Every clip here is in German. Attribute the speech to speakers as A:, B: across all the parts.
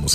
A: Muss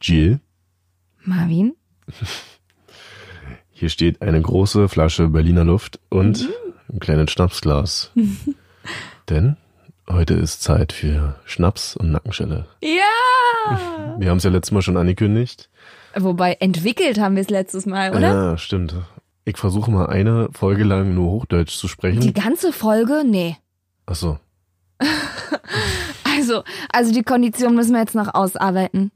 B: Jill,
C: Marvin?
B: hier steht eine große Flasche Berliner Luft und ein kleines Schnapsglas. Denn heute ist Zeit für Schnaps und Nackenschelle.
D: Ja!
B: Wir haben es ja letztes Mal schon angekündigt.
D: Wobei, entwickelt haben wir es letztes Mal, oder?
B: Ja, stimmt. Ich versuche mal eine Folge lang nur Hochdeutsch zu
D: Die
B: sprechen.
D: ganze Folge? Nee.
B: Ach so.
D: Also, also die Kondition müssen wir jetzt noch ausarbeiten.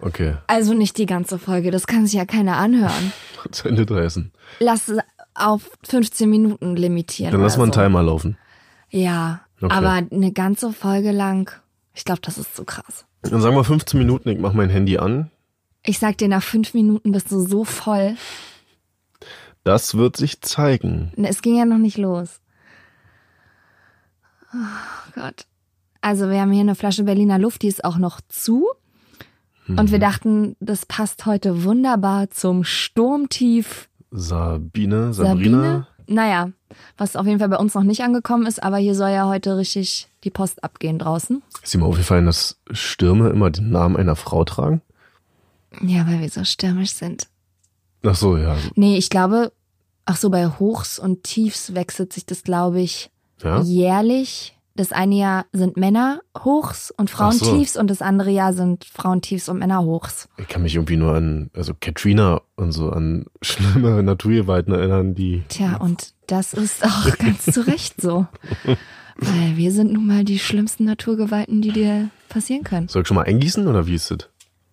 B: okay.
D: Also nicht die ganze Folge, das kann sich ja keiner anhören.
B: Zu Ende dressen.
D: Lass es auf 15 Minuten limitieren.
B: Dann lass mal
D: oder
B: einen
D: so.
B: Timer laufen.
D: Ja,
B: Okay.
D: aber eine ganze Folge lang, ich glaube, das ist zu krass.
B: Dann sagen wir 15 Minuten, ich mache mein Handy an.
D: Ich sag dir, nach fünf Minuten bist du so voll.
B: Das wird sich zeigen.
D: Ne, Es ging ja noch nicht los. Oh Gott. Also wir haben hier eine Flasche Berliner Luft, die ist auch noch zu. Und
B: Mhm.
D: wir dachten, das passt heute wunderbar zum Sturmtief
B: Sabine,
D: Sabine.
B: Sabrina.
D: Naja, was auf jeden Fall bei uns noch nicht angekommen ist, aber hier soll ja heute richtig die Post abgehen draußen.
B: Ist dir mal aufgefallen, dass Stürme immer den Namen einer Frau tragen?
D: Ja, weil wir so stürmisch sind.
B: Ach so, ja.
D: Nee, ich glaube, ach so, bei Hochs und Tiefs wechselt sich das, glaube ich,
B: Ja?
D: Also- jährlich. Das eine Jahr sind Männer hochs und Frauen
B: Ach so.
D: tiefs und das andere Jahr sind Frauen tiefs und Männer hochs.
B: Ich kann mich irgendwie nur an, also Katrina und so, an schlimme Naturgewalten erinnern, die.
D: Tja, und das ist auch ganz zu Recht so. Weil wir sind nun mal die schlimmsten Naturgewalten, die dir passieren können.
B: Soll ich schon mal eingießen oder wie ist das?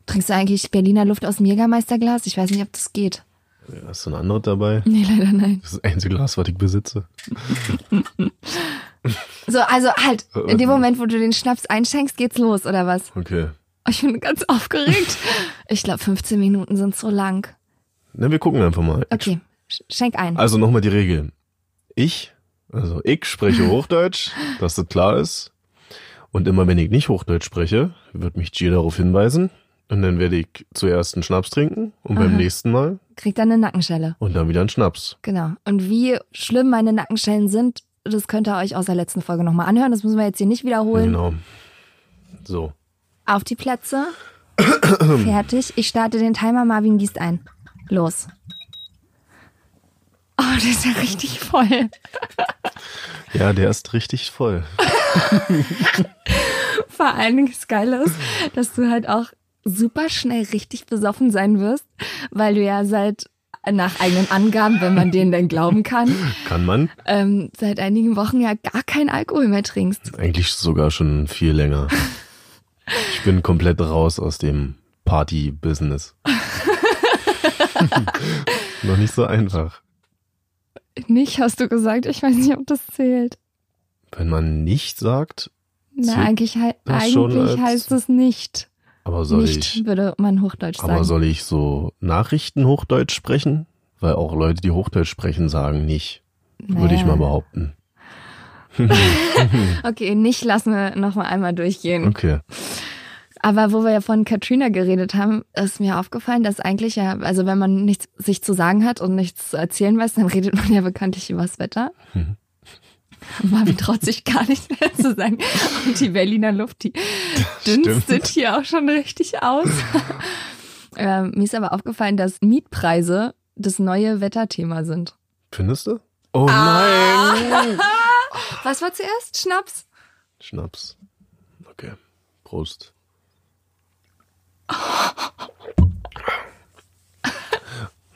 D: Trinkst du eigentlich Berliner Luft aus dem Jägermeisterglas? Ich weiß nicht, ob das geht.
B: Ja, Hast du ein anderes dabei?
D: Nee, leider nein.
B: Das ist das einzige Glas, was ich besitze.
D: So, also halt,
B: Äh,
D: in dem Moment, wo du den Schnaps einschenkst, geht's los, oder was?
B: Okay.
D: Ich bin ganz aufgeregt. Ich glaube, 15 Minuten sind so lang.
B: Na, wir gucken einfach mal.
D: Okay, sch- schenk ein.
B: Also nochmal die Regeln. Ich, also ich spreche Hochdeutsch, dass das klar ist. Und immer wenn ich nicht Hochdeutsch spreche, wird mich Gia darauf hinweisen. Und dann werde ich zuerst einen Schnaps trinken und beim
D: Aha.
B: nächsten Mal
D: Krieg dann eine Nackenschelle.
B: und dann wieder einen Schnaps.
D: Genau. Und wie schlimm meine Nackenschellen sind, das könnt ihr euch aus der letzten Folge nochmal anhören. Das müssen wir jetzt hier nicht wiederholen.
B: Genau. So.
D: Auf die Plätze. Fertig. Ich starte den Timer. Marvin gießt ein. Los. Oh, das ist ja richtig voll.
B: Ja, der ist richtig voll.
D: Vor allen Dingen das Geile ist, dass du halt auch super schnell richtig besoffen sein wirst, weil du ja seit nach eigenen Angaben, wenn man denen denn glauben kann,
B: Kann man?
D: ähm, seit einigen Wochen ja gar keinen Alkohol mehr trinkst.
B: Eigentlich sogar schon viel länger. Ich bin komplett raus aus dem Party-Business. Noch nicht so einfach.
D: Nicht, hast du gesagt. Ich weiß nicht, ob das zählt.
B: Wenn man nicht sagt,
D: Na,
B: Zählt
D: eigentlich, hei-
B: das schon
D: eigentlich
B: als-
D: heißt es nicht.
B: aber soll
D: nicht,
B: ich,
D: würde man Hochdeutsch
B: aber
D: sagen.
B: soll ich so Nachrichten Hochdeutsch sprechen? Weil auch Leute, die Hochdeutsch sprechen, sagen nicht. Würde ich
D: Naja.
B: mal behaupten.
D: Okay, nicht lassen wir nochmal einmal durchgehen.
B: Okay.
D: Aber wo wir ja von Katrina geredet haben, ist mir aufgefallen, dass eigentlich ja, also wenn man nichts sich zu sagen hat und nichts zu erzählen weiß, dann redet man ja bekanntlich übers Wetter. Marvin traut sich gar nicht mehr zu sagen. Und die Berliner Luft, die dünstet
B: stimmt.
D: hier auch schon richtig aus. ähm, mir ist aber aufgefallen, dass Mietpreise das neue Wetterthema sind.
B: Findest du? Oh
D: Ah.
B: nein!
D: Was war zuerst? Schnaps?
B: Schnaps. Okay. Prost.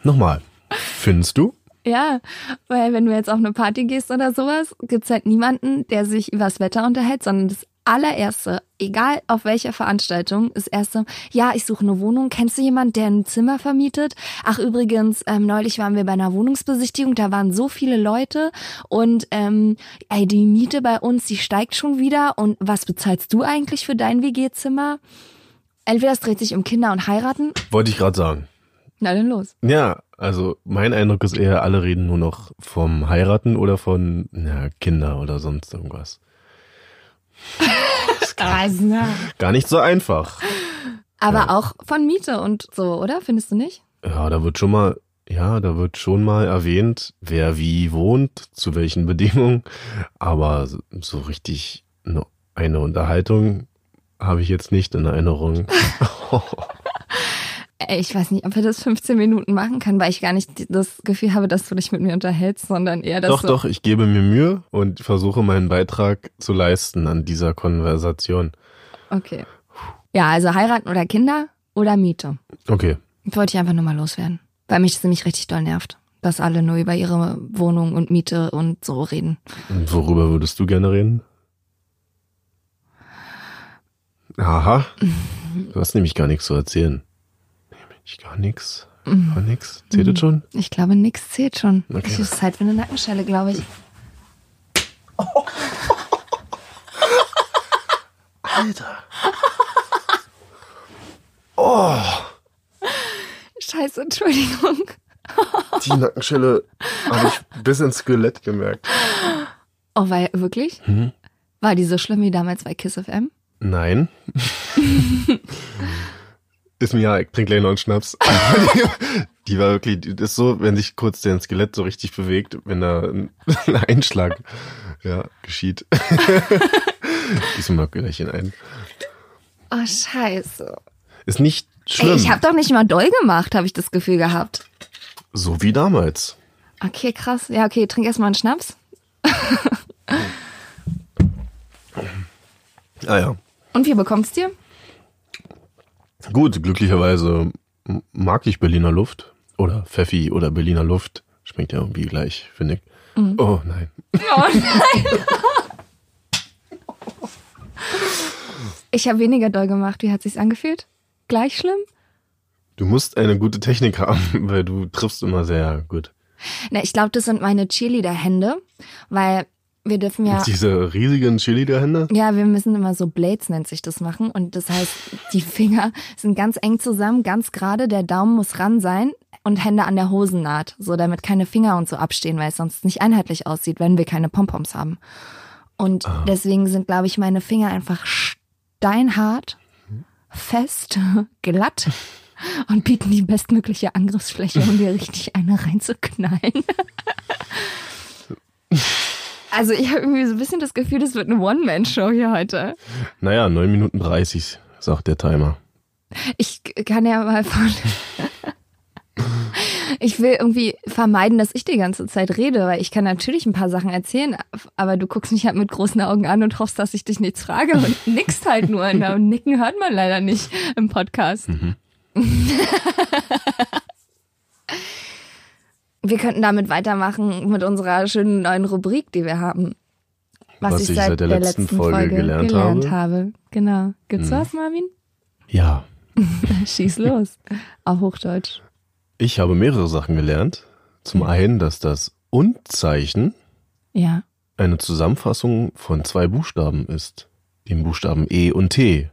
B: Nochmal. Findest du?
D: Ja, weil wenn du jetzt auf eine Party gehst oder sowas, gibt's halt niemanden, der sich übers Wetter unterhält, sondern das allererste, egal auf welcher Veranstaltung, ist erste, ja, ich suche eine Wohnung. Kennst du jemanden, der ein Zimmer vermietet? Ach, übrigens, ähm, neulich waren wir bei einer Wohnungsbesichtigung, da waren so viele Leute und ähm, ey, die Miete bei uns, die steigt schon wieder. Und was bezahlst du eigentlich für dein WG-Zimmer? Entweder es dreht sich um Kinder und heiraten.
B: Wollte ich gerade sagen.
D: Na dann los.
B: Ja, also mein Eindruck ist eher, alle reden nur noch vom Heiraten oder von na, Kinder oder sonst irgendwas. Gar nicht so einfach.
D: Aber auch von Miete und so, oder? Findest du nicht?
B: Ja, da wird schon mal, ja, da wird schon mal erwähnt, wer wie wohnt, zu welchen Bedingungen. Aber so- so richtig eine, eine Unterhaltung habe ich jetzt nicht in Erinnerung.
D: Äh, Ich weiß nicht, ob wir das 15 Minuten machen kann, weil ich gar nicht die- das Gefühl habe, dass du dich mit mir unterhältst, sondern eher, dass
B: doch,
D: du
B: doch, ich gebe mir Mühe und versuche meinen Beitrag zu leisten an dieser Konversation.
D: Okay. Ja, also heiraten oder Kinder oder Miete.
B: Okay.
D: Wollte ich einfach nur mal loswerden. Weil mich das nämlich richtig doll nervt, dass alle nur über ihre Wohnung und Miete und so reden.
B: Und worüber würdest du gerne reden? Aha. Du hast nämlich gar nichts zu erzählen. Nämlich gar nichts. Gar nichts. Zählt das schon?
D: Ich glaube, nix zählt schon.
B: Okay.
D: Es ist Zeit für eine Nackenschelle, glaube ich.
B: Alter.
D: Scheiße, Entschuldigung.
A: Die Nackenschelle habe ich bis ins Skelett gemerkt.
D: Oh, weil, wirklich?
B: Mhm.
D: War die so schlimm wie damals bei Kiss FM?
B: Nein. ist mir ja, ich trinke gleich noch einen Schnaps. die war wirklich, die ist so, wenn sich kurz dein Skelett so richtig bewegt, wenn da ein, ein Einschlag ja, geschieht. Diesmal gleich in ein.
D: Oh, scheiße.
B: Ist nicht
D: Ey,
B: schlimm.
D: ich habe doch nicht mal doll gemacht, habe ich das Gefühl gehabt.
B: so wie damals.
D: Okay, krass. Ja, okay, trink erstmal einen Schnaps.
B: Ah ja.
D: Und wie bekommst dir?
B: Gut, glücklicherweise m- mag ich Berliner Luft. Oder Pfeffi oder Berliner Luft. Schmeckt ja irgendwie gleich, finde ich.
D: Mhm.
B: Oh nein.
D: Ich habe weniger doll gemacht. Wie hat sich's angefühlt? Gleich schlimm?
B: Du musst eine gute Technik haben, weil du triffst immer sehr gut.
D: Na, ich glaube, das sind meine Cheerleader-Hände, weil wir dürfen ja.
B: Diese riesigen Chili der Hände.
D: Ja, wir müssen immer so Blades nennt sich das machen und das heißt, die Finger sind ganz eng zusammen, ganz gerade, der Daumen muss ran sein und Hände an der Hosennaht, so damit keine Finger und so abstehen, weil es sonst nicht einheitlich aussieht, wenn wir keine Pompoms haben. Und deswegen sind, glaube ich, meine Finger einfach steinhart, fest, glatt und bieten die bestmögliche Angriffsfläche, um dir richtig eine reinzuknallen. Also ich habe irgendwie so ein bisschen das Gefühl, das wird eine One-Man-Show hier heute.
B: Naja, 9 Minuten 30, sagt der Timer.
D: Ich kann ja mal von. Ich will irgendwie vermeiden, dass ich die ganze Zeit rede, weil ich kann natürlich ein paar Sachen erzählen, aber du guckst mich halt mit großen Augen an und hoffst, dass ich dich nichts frage und nickst halt nur. Na, und nicken hört man leider nicht im Podcast.
B: Mhm.
D: wir könnten damit weitermachen mit unserer schönen neuen Rubrik, die wir haben.
B: Was ich seit der letzten Folge gelernt habe. Mhm.
D: Genau. Gibt's was, Marvin?
B: Ja,
D: Schieß los. Auf Hochdeutsch.
B: ich habe mehrere Sachen gelernt. Zum einen, dass das Und-Zeichen
D: Ja.
B: eine Zusammenfassung von zwei Buchstaben ist. Dem Buchstaben E und T.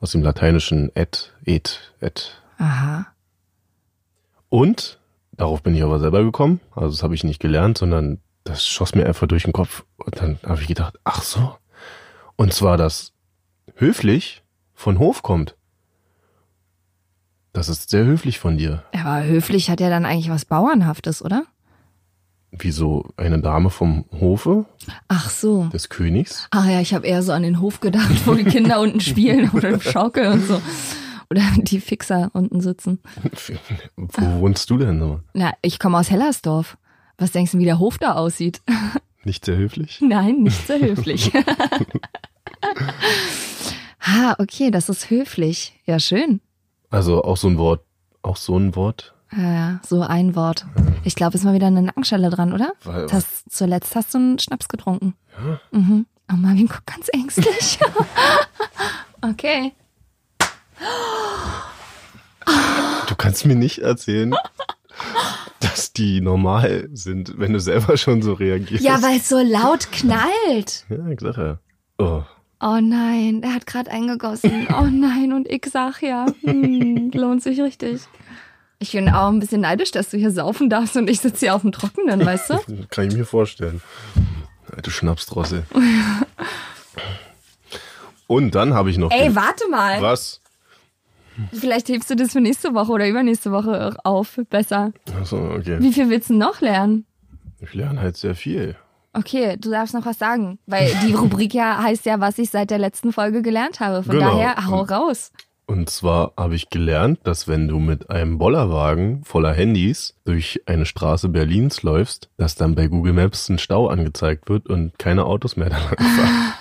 B: Aus dem lateinischen et, et, et.
D: Aha.
B: Und, darauf bin ich aber selber gekommen, also das habe ich nicht gelernt, sondern das schoss mir einfach durch den Kopf. Und dann habe ich gedacht, ach so. Und zwar, dass höflich von Hof kommt. Das ist sehr höflich von dir.
D: Aber höflich hat ja dann eigentlich was Bauernhaftes, oder?
B: Wieso eine Dame vom Hofe
D: Ach so.
B: des Königs?
D: Ach ja, ich habe eher so an den Hof gedacht, wo die Kinder unten spielen oder im Schaukel und so. Oder die Fixer unten sitzen.
B: Wo wohnst du denn? Noah?
D: Na, ich komme aus Hellersdorf. Was denkst du, wie der Hof da aussieht?
B: Nicht sehr höflich?
D: Nein, nicht so höflich. ah, okay, das ist höflich. Ja, schön.
B: Also auch so ein Wort, auch so ein Wort.
D: Ja, ja, so ein Wort. Ich glaube, ist mal wieder eine Nackenschelle dran, oder?
B: Weil-
D: Das, zuletzt hast du einen Schnaps getrunken. Oh, Marvin guckt ganz ängstlich. okay.
B: Du kannst mir nicht erzählen, dass die normal sind, wenn du selber schon so reagierst.
D: Ja, weil es so laut knallt.
B: Ja, ich sag ja. Oh.
D: Oh nein, er hat gerade eingegossen. Oh nein, und ich sag ja, hm, lohnt sich richtig. Ich bin auch ein bisschen neidisch, dass du hier saufen darfst und ich sitze hier auf dem Trockenen, weißt du?
B: Kann ich mir vorstellen. Alte Schnapsdrossel. Und dann habe ich noch.
D: Ey,
B: den-
D: warte mal.
B: was?
D: Vielleicht hebst du das für nächste Woche oder übernächste Woche auf. Besser.
B: Achso, okay.
D: Wie viel willst du noch lernen?
B: Ich lerne halt sehr viel.
D: Okay, du darfst noch was sagen, weil die Rubrik ja heißt ja, was ich seit der letzten Folge gelernt habe. Von
B: Genau.
D: daher, hau raus.
B: Und zwar habe ich gelernt, dass wenn du mit einem Bollerwagen voller Handys durch eine Straße Berlins läufst, dass dann bei Google Maps ein Stau angezeigt wird und keine Autos mehr da lang fahren.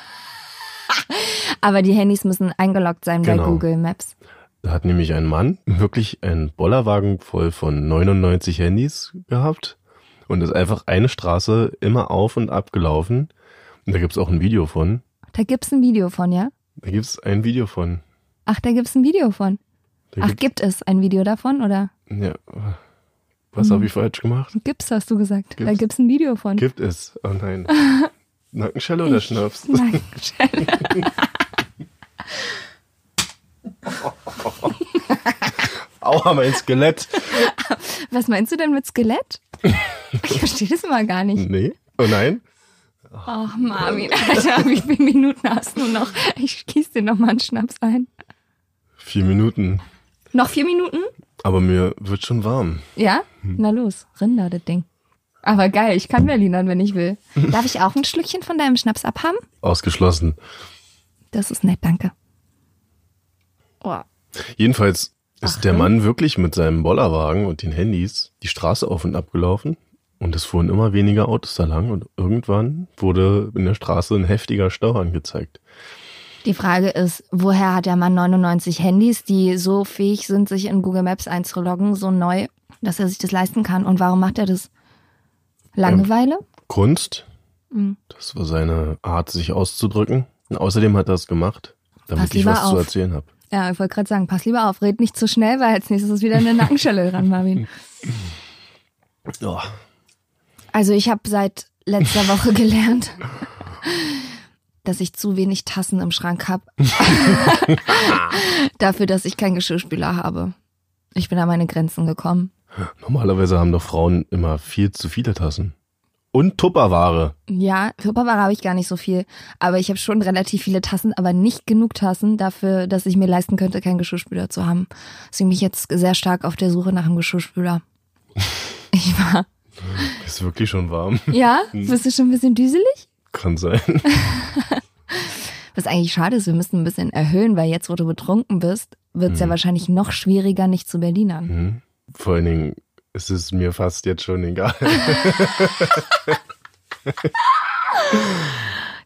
D: Aber die Handys müssen eingeloggt sein
B: Genau.
D: bei Google Maps.
B: Da hat nämlich ein Mann wirklich einen Bollerwagen voll von 99 Handys gehabt und ist einfach eine Straße immer auf und ab gelaufen. Und da gibt's auch ein Video von.
D: Da gibt's ein Video von, ja?
B: Da gibt's ein Video von.
D: Ach, da gibt's ein Video von.
B: Da
D: Ach, gibt es ein Video davon oder
B: gibt, ja, was habe ich falsch gemacht?
D: gibt's, hast du gesagt? Da
B: Gibt's.
D: gibt's ein Video von.
B: Gibt es. Oh nein. Nackenschelle oder Schnaps?
D: Nein, Scheiße.
B: Aua, mein Skelett.
D: was meinst du denn mit Skelett? Ich verstehe das mal gar nicht.
B: Nee. Oh nein.
D: Ach, Marvin, Alter, wie viele Minuten hast du noch? Ich gieß dir noch mal einen Schnaps ein.
B: Vier Minuten.
D: Noch vier Minuten?
B: Aber mir wird schon warm.
D: Ja? Na los, Rinder, das Ding. Aber geil, ich kann Berlinern, wenn ich will. Darf ich auch ein Schlückchen von deinem Schnaps abhaben?
B: Ausgeschlossen.
D: Das ist nett, danke. Oh.
B: Jedenfalls ist der
D: hm?
B: Mann wirklich mit seinem Bollerwagen und den Handys die Straße auf und ab gelaufen. Und es fuhren immer weniger Autos da lang. Und irgendwann wurde in der Straße ein heftiger Stau angezeigt.
D: Die Frage ist, woher hat der Mann 99 Handys, die so fähig sind, sich in Google Maps einzuloggen, so neu, dass er sich das leisten kann? Und warum macht er das? Langeweile?
B: Kunst.
D: Mhm.
B: Das war seine Art, sich auszudrücken. Und außerdem hat er es gemacht, damit
D: Pass
B: ich
D: lieber
B: was zu
D: auf.
B: erzählen habe.
D: Ja, ich wollte gerade sagen, pass lieber auf, red nicht zu schnell, weil als nächstes ist wieder eine Nackenschelle dran, Marvin.
B: Ja.
D: Also ich habe seit letzter Woche gelernt, dass ich zu wenig Tassen im Schrank habe. Dafür, dass ich keinen Geschirrspüler habe. Ich bin an meine Grenzen gekommen.
B: Normalerweise haben doch Frauen immer viel zu viele Tassen. Und Tupperware.
D: Ja, für Tupperware habe ich gar nicht so viel. Aber ich habe schon relativ viele Tassen, aber nicht genug Tassen dafür, dass ich mir leisten könnte, keinen Geschirrspüler zu haben. Deswegen bin ich jetzt sehr stark auf der Suche nach einem Geschirrspüler. Ich war.
B: Ist wirklich schon warm.
D: Ja? Bist du schon ein bisschen düselig?
B: Kann sein.
D: Was eigentlich schade ist, wir müssen ein bisschen erhöhen, weil jetzt, wo du betrunken bist, wird es ja wahrscheinlich noch schwieriger, nicht zu Berlinern.
B: Mhm. Vor allen Dingen ist es mir fast jetzt schon egal.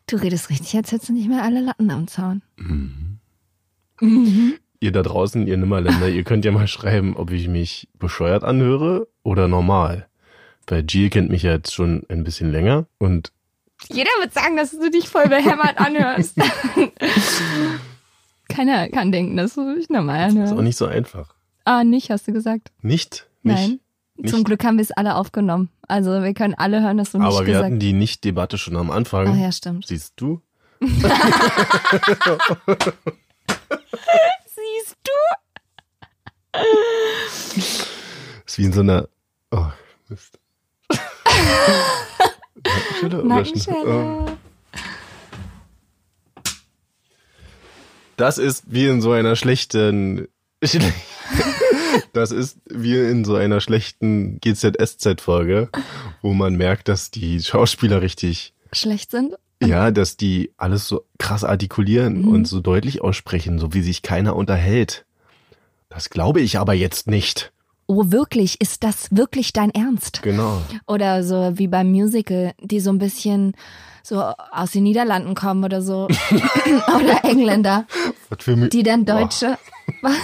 D: Du redest richtig, als hättest du nicht mehr alle Latten am Zaun.
B: ihr da draußen, ihr Nimmerländer, ihr könnt ja mal schreiben, ob ich mich bescheuert anhöre oder normal. Weil Jill kennt mich ja jetzt schon ein bisschen länger und
D: Jeder wird sagen, dass du dich voll behämmert anhörst. Keiner kann denken, dass du dich normal
B: ist auch
D: anhörst.
B: nicht so einfach.
D: Ah, nicht, hast du gesagt.
B: Nicht? nicht
D: Nein.
B: nicht.
D: Zum Glück haben wir es alle aufgenommen. Also wir können alle hören, dass du nicht
B: Aber wir hatten
D: gesagt
B: die Nicht-Debatte schon am Anfang.
D: hast. Ah ja, stimmt.
B: Siehst du?
D: Siehst
B: Ist wie in so einer. Oh, Mist. Nackenschelle
D: du,
B: oder Schna-
D: Nackenschelle.
B: Oh. Das ist wie in so einer schlechten. Das ist wie in so einer schlechten GZSZ-Folge, wo man merkt, dass die Schauspieler richtig.
D: Schlecht sind?
B: Ja, dass die alles so krass artikulieren und so deutlich aussprechen, so wie sich keiner unterhält. Das glaube ich aber jetzt nicht.
D: Oh, wirklich? Ist das wirklich dein Ernst?
B: Genau.
D: Oder so wie beim Musical, die so ein bisschen so aus den Niederlanden kommen oder so. oder Engländer,
B: Was für, Mu-
D: die dann Deutsche. Was?
B: Boah,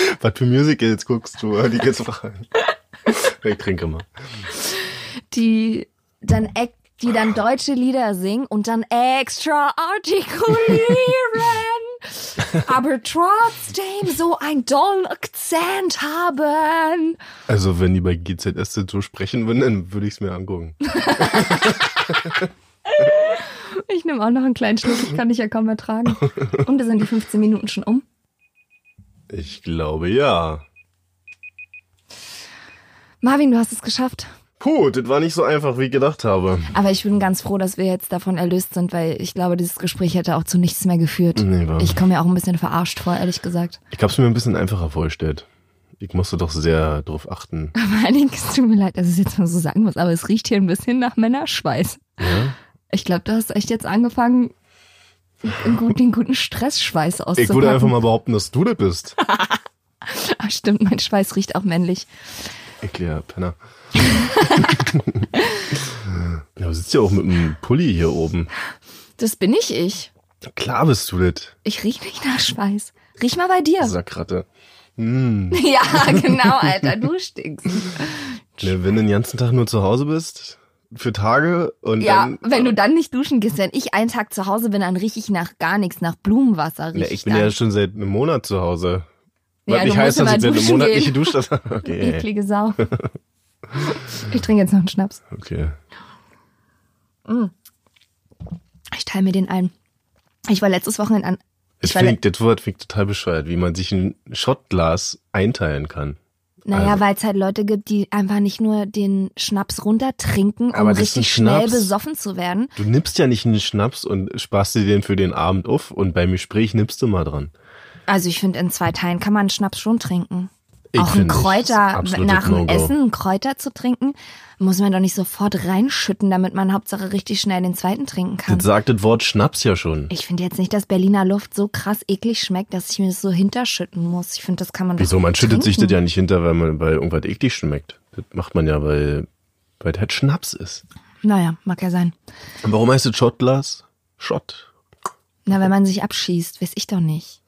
B: was für Musicals guckst du? Die geht's fragen. Ich trinke mal.
D: Die dann act, die dann deutsche Lieder singen und dann extra artikulieren, aber trotzdem so einen dollen Akzent haben.
B: Also, wenn die bei GZS so sprechen würden, dann würde ich es mir angucken.
D: Ich nehme auch noch einen kleinen Schluck, ich kann dich ja kaum ertragen. Und da sind die 15 Minuten schon um.
B: Ich glaube ja.
D: Marvin, du hast es geschafft.
B: Puh, das war nicht so einfach, wie ich gedacht habe.
D: Aber ich bin ganz froh, dass wir jetzt davon erlöst sind, weil ich glaube, dieses Gespräch hätte auch zu nichts mehr geführt.
B: Nee, war-
D: Ich komme mir auch ein bisschen verarscht vor, ehrlich gesagt.
B: Ich habe es mir ein bisschen einfacher vorgestellt. Ich musste doch sehr drauf achten.
D: Vor allen Dingen, es tut mir leid, dass ich es jetzt mal so sagen muss, aber es riecht hier ein bisschen nach Männerschweiß.
B: Ja?
D: Ich glaube, du hast echt jetzt angefangen, einen guten, den guten Stressschweiß
B: Ich
D: auszupacken.
B: würde einfach mal behaupten, dass du das bist.
D: Ah, stimmt, mein Schweiß riecht auch männlich.
B: Ekliger Penner. ja, du sitzt ja auch mit einem Pulli hier oben.
D: Das bin ich ich.
B: Klar bist du das,
D: Ich riech nicht nach Schweiß. Riech mal bei dir.
B: Sackratte. Hm.
D: Ja, genau, Alter, du stinkst.
B: Ne, wenn du den ganzen Tag nur zu Hause bist, für Tage und
D: Ja,
B: dann... äh,
D: wenn du dann nicht duschen gehst, wenn ich einen Tag zu Hause bin, dann rieche ich nach gar nichts, nach Blumenwasser
B: Ne,
D: rieche
B: ich
D: ich
B: bin
D: dann.
B: ja schon seit einem Monat zu Hause.
D: Ja,
B: Was nicht
D: du musst
B: heißt, dass
D: immer
B: ich also seit einem
D: duschen
B: Monat
D: gehen.
B: nicht geduscht habe. Okay.
D: Eklige Sau. Ich trinke jetzt noch einen Schnaps.
B: okay.
D: Ich teile mir den ein. Ich war letztes Wochenende an.
B: Ich
D: Ich war le-
B: finde, das Wort klingt total bescheuert, wie man sich ein Schottglas einteilen kann.
D: Naja,
B: Also-
D: weil es halt Leute gibt, die einfach nicht nur den Schnaps runtertrinken, um
B: Aber das ist ein
D: richtig schnell
B: Schnaps.
D: besoffen zu werden.
B: Du nimmst ja nicht einen Schnaps und sparst dir den für den Abend auf und beim Gespräch nimmst du mal dran.
D: Also ich finde, in zwei Teilen kann man einen Schnaps schon trinken.
B: Ich
D: Auch ein
B: finde, das ist
D: Kräuter,
B: absolutes
D: nach dem
B: No-Go.
D: Essen einen Kräuter zu trinken, muss man doch nicht sofort reinschütten, damit man Hauptsache richtig schnell den zweiten trinken kann.
B: Das sagt das Wort Schnaps ja schon.
D: Ich finde jetzt nicht, dass Berliner Luft so krass eklig schmeckt, dass ich mir das so hinterschütten muss. Ich finde, das kann man doch
B: Wieso? Man schüttet sich das
D: trinken.
B: ja nicht hinter, weil man weil irgendwas eklig schmeckt. Das macht man ja, weil weil das halt Schnaps ist.
D: Naja, mag ja sein.
B: Und warum heißt das Schottglas? Schott.
D: Na, wenn man sich abschießt, weiß ich doch nicht.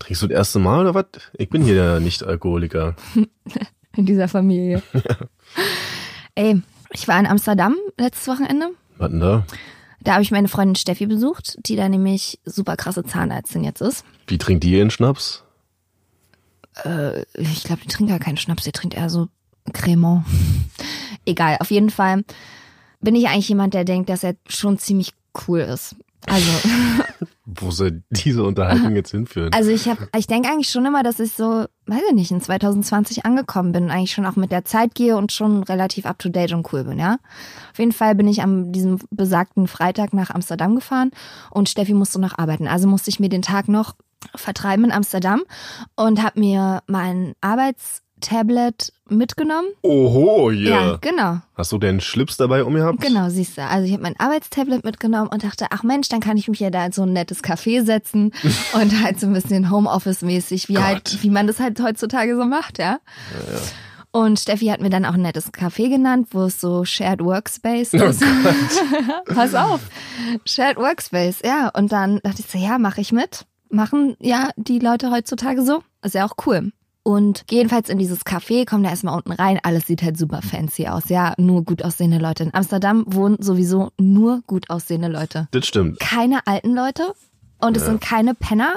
B: Trinkst du das erste Mal oder was? Ich bin hier der Nicht-Alkoholiker.
D: In dieser Familie. Ey, ich war in Amsterdam letztes Wochenende.
B: Was denn da?
D: Da habe ich meine Freundin Steffi besucht, die da nämlich super krasse Zahnärztin jetzt ist.
B: Wie trinkt ihr ihren Schnaps?
D: Ich glaube, die trinkt gar keinen Schnaps, die trinkt eher so Cremant. Egal, auf jeden Fall bin ich eigentlich jemand, der denkt, dass er schon ziemlich cool ist. Also,
B: Wo soll diese Unterhaltung jetzt hinführen?
D: also ich habe, ich denke eigentlich schon immer, dass ich so, weiß ich nicht, in 2020 angekommen bin, und eigentlich schon auch mit der Zeit gehe und schon relativ up to date und cool bin, ja. Auf jeden Fall bin ich am diesem besagten Freitag nach Amsterdam gefahren und Steffi musste noch arbeiten. Also musste ich mir den Tag noch vertreiben in Amsterdam und habe mir mein Arbeitstablet mitgenommen.
B: Oho, yeah.
D: Ja, genau.
B: Hast du deinen Schlips dabei um umgehabt?
D: Genau, siehst du. Also ich habe mein Arbeitstablet mitgenommen und dachte, ach Mensch, dann kann ich mich ja da in so ein nettes Café setzen und halt so ein bisschen Homeoffice-mäßig, wie,
B: Gott.
D: halt, wie man das halt heutzutage so macht, ja. Und Steffi hat mir dann auch ein nettes Café genannt, wo es so Shared Workspace ist. Pass auf. Shared Workspace, ja. Und dann dachte ich so, ja, mache ich mit. Machen ja die Leute heutzutage so. Ist ja auch cool. Und geh jedenfalls in dieses Café, komm da erstmal unten rein, alles sieht halt super fancy aus. Ja, nur gut aussehende Leute. In Amsterdam wohnen sowieso nur gut aussehende Leute.
B: Das stimmt.
D: Keine alten Leute und es sind keine Penner.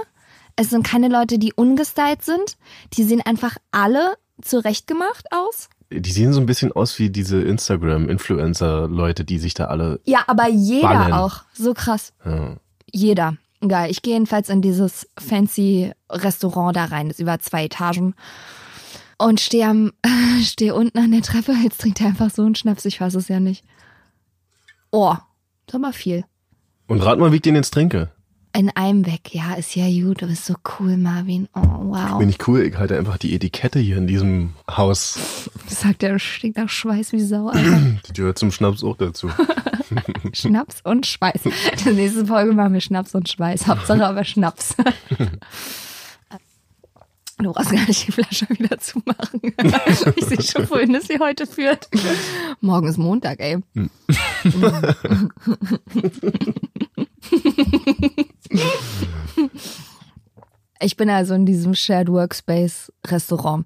D: Es sind keine Leute, die ungestylt sind. Die sehen einfach alle zurechtgemacht aus.
B: Die sehen so ein bisschen aus wie diese Instagram-Influencer-Leute, die sich da alle. äh,
D: Ja, aber jeder
B: Bannen.
D: auch. So krass.
B: Ja.
D: Jeder. Geil. Ich gehe jedenfalls in dieses fancy Restaurant da rein. Das ist über zwei Etagen. Und stehe am, stehe unten an der Treppe. Jetzt trinkt er einfach so einen Schnaps. Ich fasse es ja nicht. Oh, ist aber viel.
B: Und rat mal, wie ich den jetzt trinke.
D: In einem weg. Ja, ist ja gut. Du bist so cool, Marvin. Oh, wow.
B: Bin ich cool, ich halte einfach die Etikette hier in diesem Haus.
D: Sagt er, stinkt nach Schweiß wie Sau. Alter.
B: Die gehört zum Schnaps auch dazu.
D: Schnaps und Schweiß. Die nächste Folge machen wir Schnaps und Schweiß. Hauptsache aber Schnaps. Du brauchst gar nicht die Flasche wieder zumachen. Ich sehe schon, wohin es sie heute führt. Morgen ist Montag, ey. Ich bin also in diesem Shared Workspace Restaurant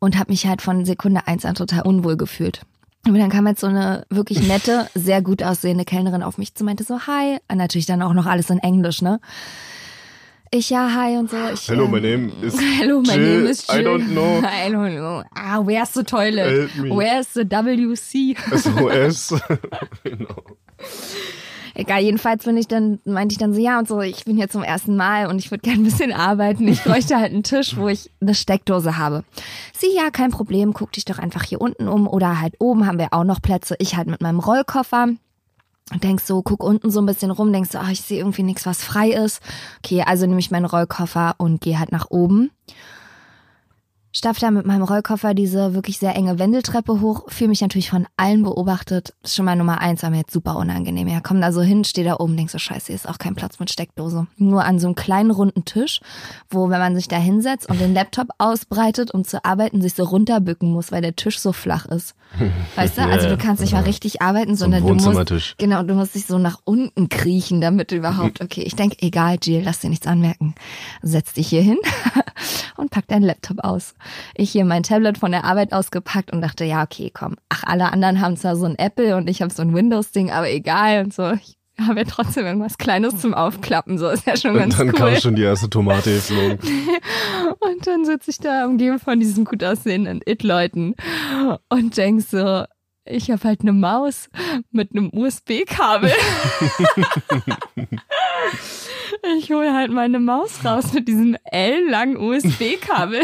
D: und habe mich halt von Sekunde eins an total unwohl gefühlt. Aber dann kam jetzt so eine wirklich nette, sehr gut aussehende Kellnerin auf mich zu, meinte so, hi. Und natürlich dann auch noch alles in Englisch, ne? Ich, ja, hi und so. Ich,
B: Hello,
D: ähm,
B: my name is
D: Hello, my
B: Jill.
D: name is Jill.
B: I don't know.
D: I don't know. Ah, where's the toilet?
B: Help me.
D: Where's the WC?
B: SOS. genau.
D: Egal, jedenfalls bin ich dann, meinte ich dann so, ja und so, ich bin hier zum ersten Mal und ich würde gerne ein bisschen arbeiten. Ich bräuchte halt einen Tisch, wo ich eine Steckdose habe. Sie, ja, kein Problem, guck dich doch einfach hier unten um oder halt oben haben wir auch noch Plätze. Ich halt mit meinem Rollkoffer und denkst so, guck unten so ein bisschen rum, denkst so, ach, ich sehe irgendwie nichts, was frei ist. Okay, also nehme ich meinen Rollkoffer und gehe halt nach oben. Staff da mit meinem Rollkoffer diese wirklich sehr enge Wendeltreppe hoch, fühle mich natürlich von allen beobachtet. Das ist schon mal Nummer eins, war mir jetzt super unangenehm. Ja, komm da so hin, steh da oben, denk so, scheiße, hier ist auch kein Platz mit Steckdose. Nur an so einem kleinen runden Tisch, wo, wenn man sich da hinsetzt und den Laptop ausbreitet, um zu arbeiten, sich so runterbücken muss, weil der Tisch so flach ist. Weißt du?
B: Ja,
D: Also du
B: ja,
D: kannst nicht mal
B: ja.
D: richtig arbeiten,
B: ein
D: sondern du musst,
B: Wohnzimmertisch.
D: genau, du musst dich so nach unten kriechen, damit du
B: Mhm.
D: überhaupt, okay, ich denke, egal, Jill, lass dir nichts anmerken. Setz dich hier hin und pack deinen Laptop aus. Ich hier mein Tablet von der Arbeit ausgepackt und dachte, ja, okay, komm. Ach, alle anderen haben zwar so ein Apple und ich habe so ein Windows-Ding, aber egal und so. Ich habe ja trotzdem irgendwas Kleines zum Aufklappen, so ist ja schon ganz
B: Und dann
D: cool.
B: kam schon die erste Tomate geflogen.
D: Und dann sitze ich da umgeben von diesen gut aussehenden It-Leuten und denk so, ich habe halt eine Maus mit einem USB-Kabel. ich hole halt meine Maus raus mit diesem L-langen USB-Kabel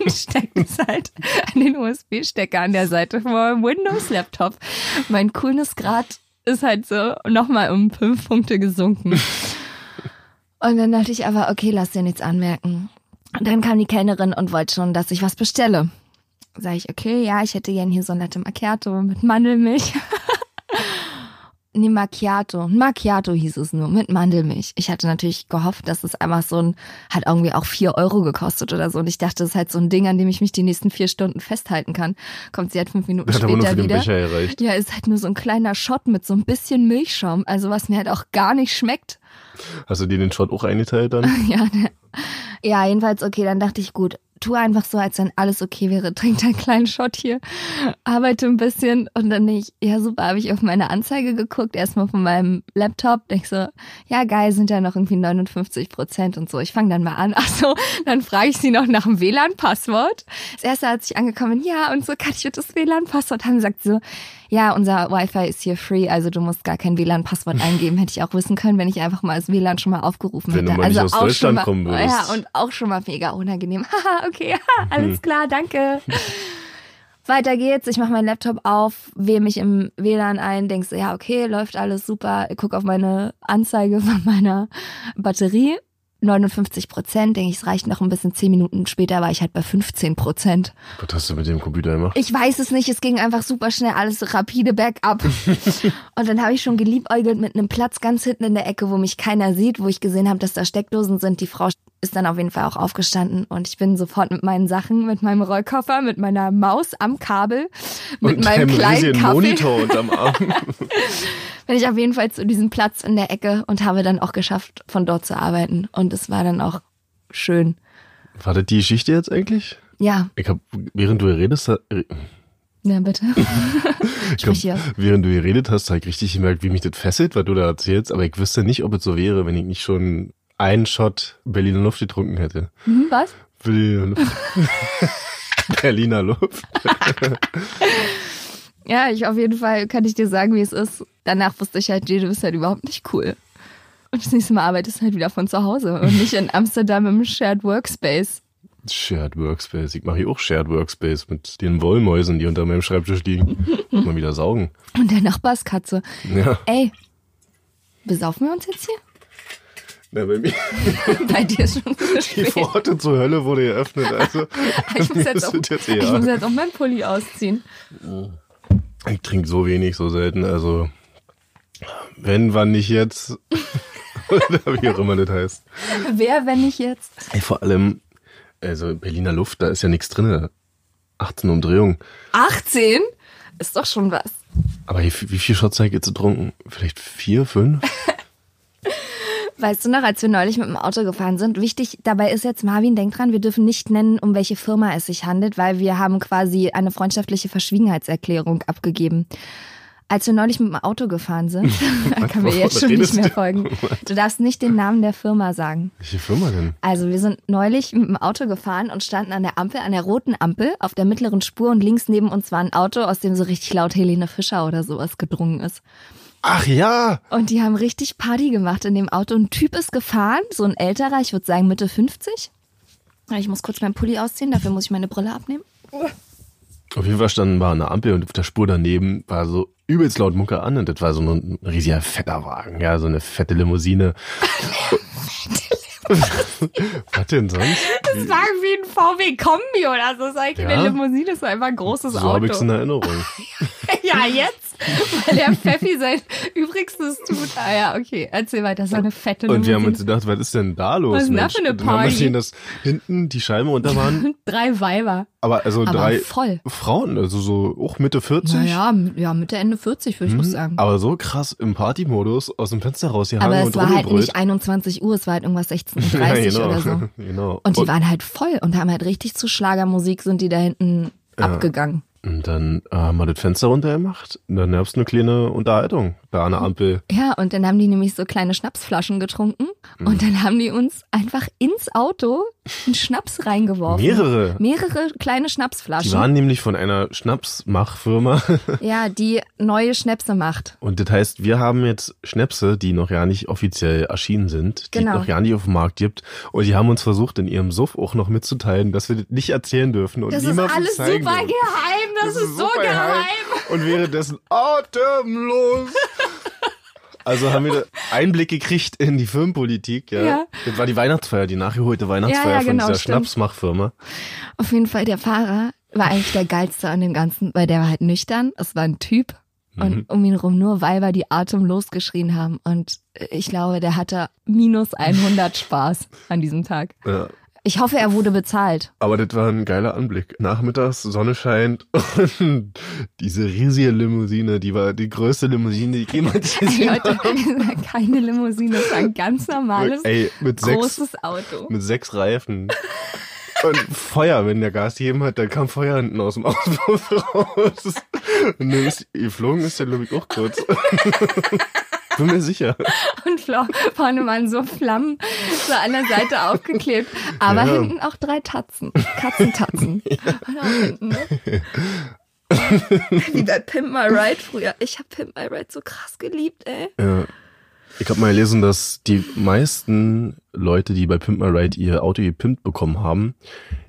D: und stecke es halt an den USB-Stecker an der Seite von meinem Windows-Laptop. Mein cooles Grad ist halt so nochmal um fünf Punkte gesunken. Und dann dachte ich aber, okay, lass dir nichts anmerken. Und dann kam die Kellnerin und wollte schon, dass ich was bestelle. Sag ich, okay, ja, ich hätte gern hier so ein Latte Macchiato mit Mandelmilch. nee, Macchiato. Ein Macchiato hieß es nur, mit Mandelmilch. Ich hatte natürlich gehofft, dass es einfach so ein, hat irgendwie auch vier Euro gekostet oder so. Und ich dachte, das ist halt so ein Ding, an dem ich mich die nächsten vier Stunden festhalten kann. Kommt sie halt fünf Minuten
B: Das hat aber nur
D: später
B: für den
D: wieder.
B: Becher gereicht.
D: Ja, ist halt nur so ein kleiner Shot mit so ein bisschen Milchschaum. Also was mir halt auch gar nicht schmeckt.
B: Hast du dir den Shot auch eingeteilt dann?
D: Ja, ne. ja, jedenfalls okay. Dann dachte ich, gut, tu einfach so, als wenn alles okay wäre. Trink deinen kleinen Shot hier, arbeite ein bisschen und dann nicht. Ja, super, habe ich auf meine Anzeige geguckt, erstmal von meinem Laptop. Denk so, ja, geil, sind ja noch irgendwie 59 Prozent und so. Ich fange dann mal an. Ach so, dann frage ich sie noch nach dem WLAN-Passwort. Das erste, als ich angekommen bin, ja, und so kann ich bitte das WLAN-Passwort haben, sagt sie so, ja, unser Wi-Fi ist hier free, also du musst gar kein WLAN-Passwort eingeben. Hätte ich auch wissen können, wenn ich einfach mal das WLAN schon mal aufgerufen
B: Wenn du
D: hätte.
B: mal nicht
D: also
B: aus
D: auch schon
B: Deutschland
D: mal,
B: kommen würdest.
D: Ja, und auch schon mal mega unangenehm. Haha, okay, haha, alles klar, danke. Weiter geht's, ich mache meinen Laptop auf, wähle mich im WLAN ein, denkst, ja, okay, läuft alles super, guck auf meine Anzeige von meiner Batterie. 59 Prozent, denke ich, es reicht noch ein bisschen. Zehn Minuten später war ich halt bei 15 Prozent.
B: Was hast du mit dem Computer gemacht?
D: Ich weiß es nicht, es ging einfach super schnell, alles rapide bergab. und dann habe ich schon geliebäugelt mit einem Platz ganz hinten in der Ecke, wo mich keiner sieht, wo ich gesehen habe, dass da Steckdosen sind. Die Frau ist dann auf jeden Fall auch aufgestanden und ich bin sofort mit meinen Sachen, mit meinem Rollkoffer, mit meiner Maus am Kabel, mit
B: und
D: meinem
B: einem
D: kleinen
B: riesigen
D: Kaffee
B: Monitor unterm Arm.
D: bin ich auf jeden Fall zu diesem Platz in der Ecke und habe dann auch geschafft, von dort zu arbeiten. Und es war dann auch schön.
B: War das die Geschichte jetzt eigentlich?
D: Ja,
B: Ich hab, während du redest,
D: na bitte.
B: ich
D: Sprich
B: hab,
D: hier.
B: während du geredet hast, habe ich richtig gemerkt, wie mich das fesselt, was du da erzählst. Aber ich wüsste nicht, ob es so wäre, wenn ich nicht schon einen Shot Berliner Luft getrunken hätte.
D: Hm, was?
B: Berliner Luft. Berliner Luft.
D: Ja, ich auf jeden Fall kann ich dir sagen, wie es ist. Danach wusste ich halt, nee, du bist halt überhaupt nicht cool. Und das nächste Mal arbeitest du halt wieder von zu Hause und nicht in Amsterdam im Shared Workspace.
B: Shared Workspace. Ich mache hier auch Shared Workspace mit den Wollmäusen, die unter meinem Schreibtisch liegen. Mal wieder saugen.
D: Und der Nachbarskatze.
B: Ja,
D: Ey, besaufen wir uns jetzt hier?
B: na, bei mir
D: Bei dir ist schon zu
B: die
D: spät.
B: Pforte zur Hölle wurde geöffnet. Also,
D: Ich muss
B: mir
D: jetzt
B: ist
D: auch,
B: das jetzt
D: ich
B: egal.
D: muss jetzt auch meinen Pulli ausziehen.
B: Ich trinke so wenig, so selten. Also, wenn, wann nicht jetzt. Oder wie auch immer das heißt.
D: Wer, wenn nicht jetzt?
B: Ey, vor allem, also Berliner Luft, da ist ja nichts drinne. 18 Umdrehungen.
D: 18? Ist doch schon was.
B: Aber wie, wie viel Shots habe ich jetzt getrunken? Vielleicht vier, fünf?
D: Weißt du noch, als wir neulich mit dem Auto gefahren sind, wichtig dabei ist jetzt, Marvin, denk dran, wir dürfen nicht nennen, um welche Firma es sich handelt, weil wir haben quasi eine freundschaftliche Verschwiegenheitserklärung abgegeben. Als wir neulich mit dem Auto gefahren sind, kann mir jetzt
B: Was
D: schon nicht
B: redest
D: mehr
B: du?
D: folgen. Du darfst nicht den Namen der Firma sagen.
B: Welche Firma denn?
D: Also wir sind neulich mit dem Auto gefahren und standen an der Ampel, an der roten Ampel, auf der mittleren Spur und links neben uns war ein Auto, aus dem so richtig laut Helene Fischer oder sowas gedrungen ist.
B: Ach ja!
D: Und die haben richtig Party gemacht in dem Auto. Ein Typ ist gefahren, so ein älterer, ich würde sagen Mitte 50. Ich muss kurz meinen Pulli ausziehen, dafür muss ich meine Brille abnehmen.
B: Auf jeden Fall standen wir an der Ampel und auf der Spur daneben war so übelst laut Mucke an und das war so ein riesiger fetter Wagen, ja, so eine fette Limousine. Was denn sonst?
D: Das war wie ein VW Kombi oder so. Das ist eigentlich
B: Ja?
D: eine Limousine, das war einfach ein großes
B: So habe ich es in
D: Auto.
B: Erinnerung.
D: Ja, jetzt, weil der Pfeffi sein Übrigstes tut. Ah ja, okay, erzähl weiter, das war eine fette
B: Und wir
D: Limousine.
B: haben uns gedacht, was ist denn da los?
D: Was ist denn da
B: Mensch?
D: für eine
B: Und dann haben wir
D: Party?
B: gesehen, dass hinten die Scheiben runter waren,
D: Drei Weiber.
B: aber also
D: Aber
B: drei
D: voll.
B: Frauen, also so auch Mitte 40.
D: Naja, m- ja, Mitte, Ende 40 würde ich auch sagen.
B: Mhm. Aber so krass im Partymodus aus dem Fenster rausgehangen
D: Aber es
B: und
D: war halt
B: rumgebrüllt.
D: nicht 21 Uhr, es war halt irgendwas 16.30
B: ja, genau.
D: oder so.
B: genau.
D: Und die waren halt voll und haben halt richtig zu Schlagermusik sind die da hinten abgegangen.
B: Und dann äh, haben wir das Fenster runtergemacht. Und dann gab's eine kleine Unterhaltung da an der Ampel.
D: Ja, und dann haben die nämlich so kleine Schnapsflaschen getrunken
B: Mhm.
D: und dann haben die uns einfach ins Auto einen Schnaps reingeworfen.
B: Mehrere.
D: Mehrere kleine
B: Die
D: Schnapsflaschen.
B: waren nämlich von einer Schnapsmachfirma.
D: ja, die neue Schnäpse macht.
B: Und das heißt, wir haben jetzt Schnäpse, die noch gar nicht offiziell erschienen sind, die
D: Genau.
B: noch gar nicht auf dem Markt gibt. Und die haben uns versucht, in ihrem Suff auch noch mitzuteilen, dass wir das nicht erzählen dürfen. Und
D: Das ist
B: niemandem
D: alles super
B: zeigen
D: geheim,
B: dürfen.
D: das, ist, so
B: super
D: geheim.
B: Und währenddessen atemlos. Also haben wir da Einblick gekriegt in die Firmenpolitik, ja.
D: Ja.
B: Das war die Weihnachtsfeier, die nachgeholte Weihnachtsfeier
D: Ja, ja, genau,
B: von dieser
D: stimmt.
B: Schnapsmachfirma.
D: Auf jeden Fall, der Fahrer war eigentlich der geilste an dem Ganzen, weil der war halt nüchtern, es war ein Typ und
B: Mhm.
D: um ihn rum nur Weiber, die atemlos geschrien haben und ich glaube, der hatte minus 100 Spaß an diesem Tag.
B: Ja.
D: Ich hoffe, er wurde bezahlt.
B: Aber das war ein geiler Anblick. Nachmittags, Sonne scheint und diese riesige Limousine, die war die größte Limousine, die ich jemals gesehen habe.
D: Leute, das war keine Limousine, das war ein ganz normales,
B: Ey, mit sechs,
D: großes Auto.
B: mit sechs Reifen. Und Feuer, wenn der Gas gegeben hat, dann kam Feuer hinten aus dem Auspuff raus. Und dann ist, geflogen ist der Lubik auch kurz. Bin mir sicher.
D: Und Flo- vorne waren so Flammen zur anderen Seite aufgeklebt. Aber
B: Ja.
D: hinten auch drei Tatzen. Katzentatzen. Und auch hinten, ne? Wie bei Pimp My Ride früher. Ich habe Pimp My Ride so krass geliebt, ey.
B: Äh, Ich habe mal gelesen, dass die meisten Leute, die bei Pimp My Ride ihr Auto gepimpt bekommen haben,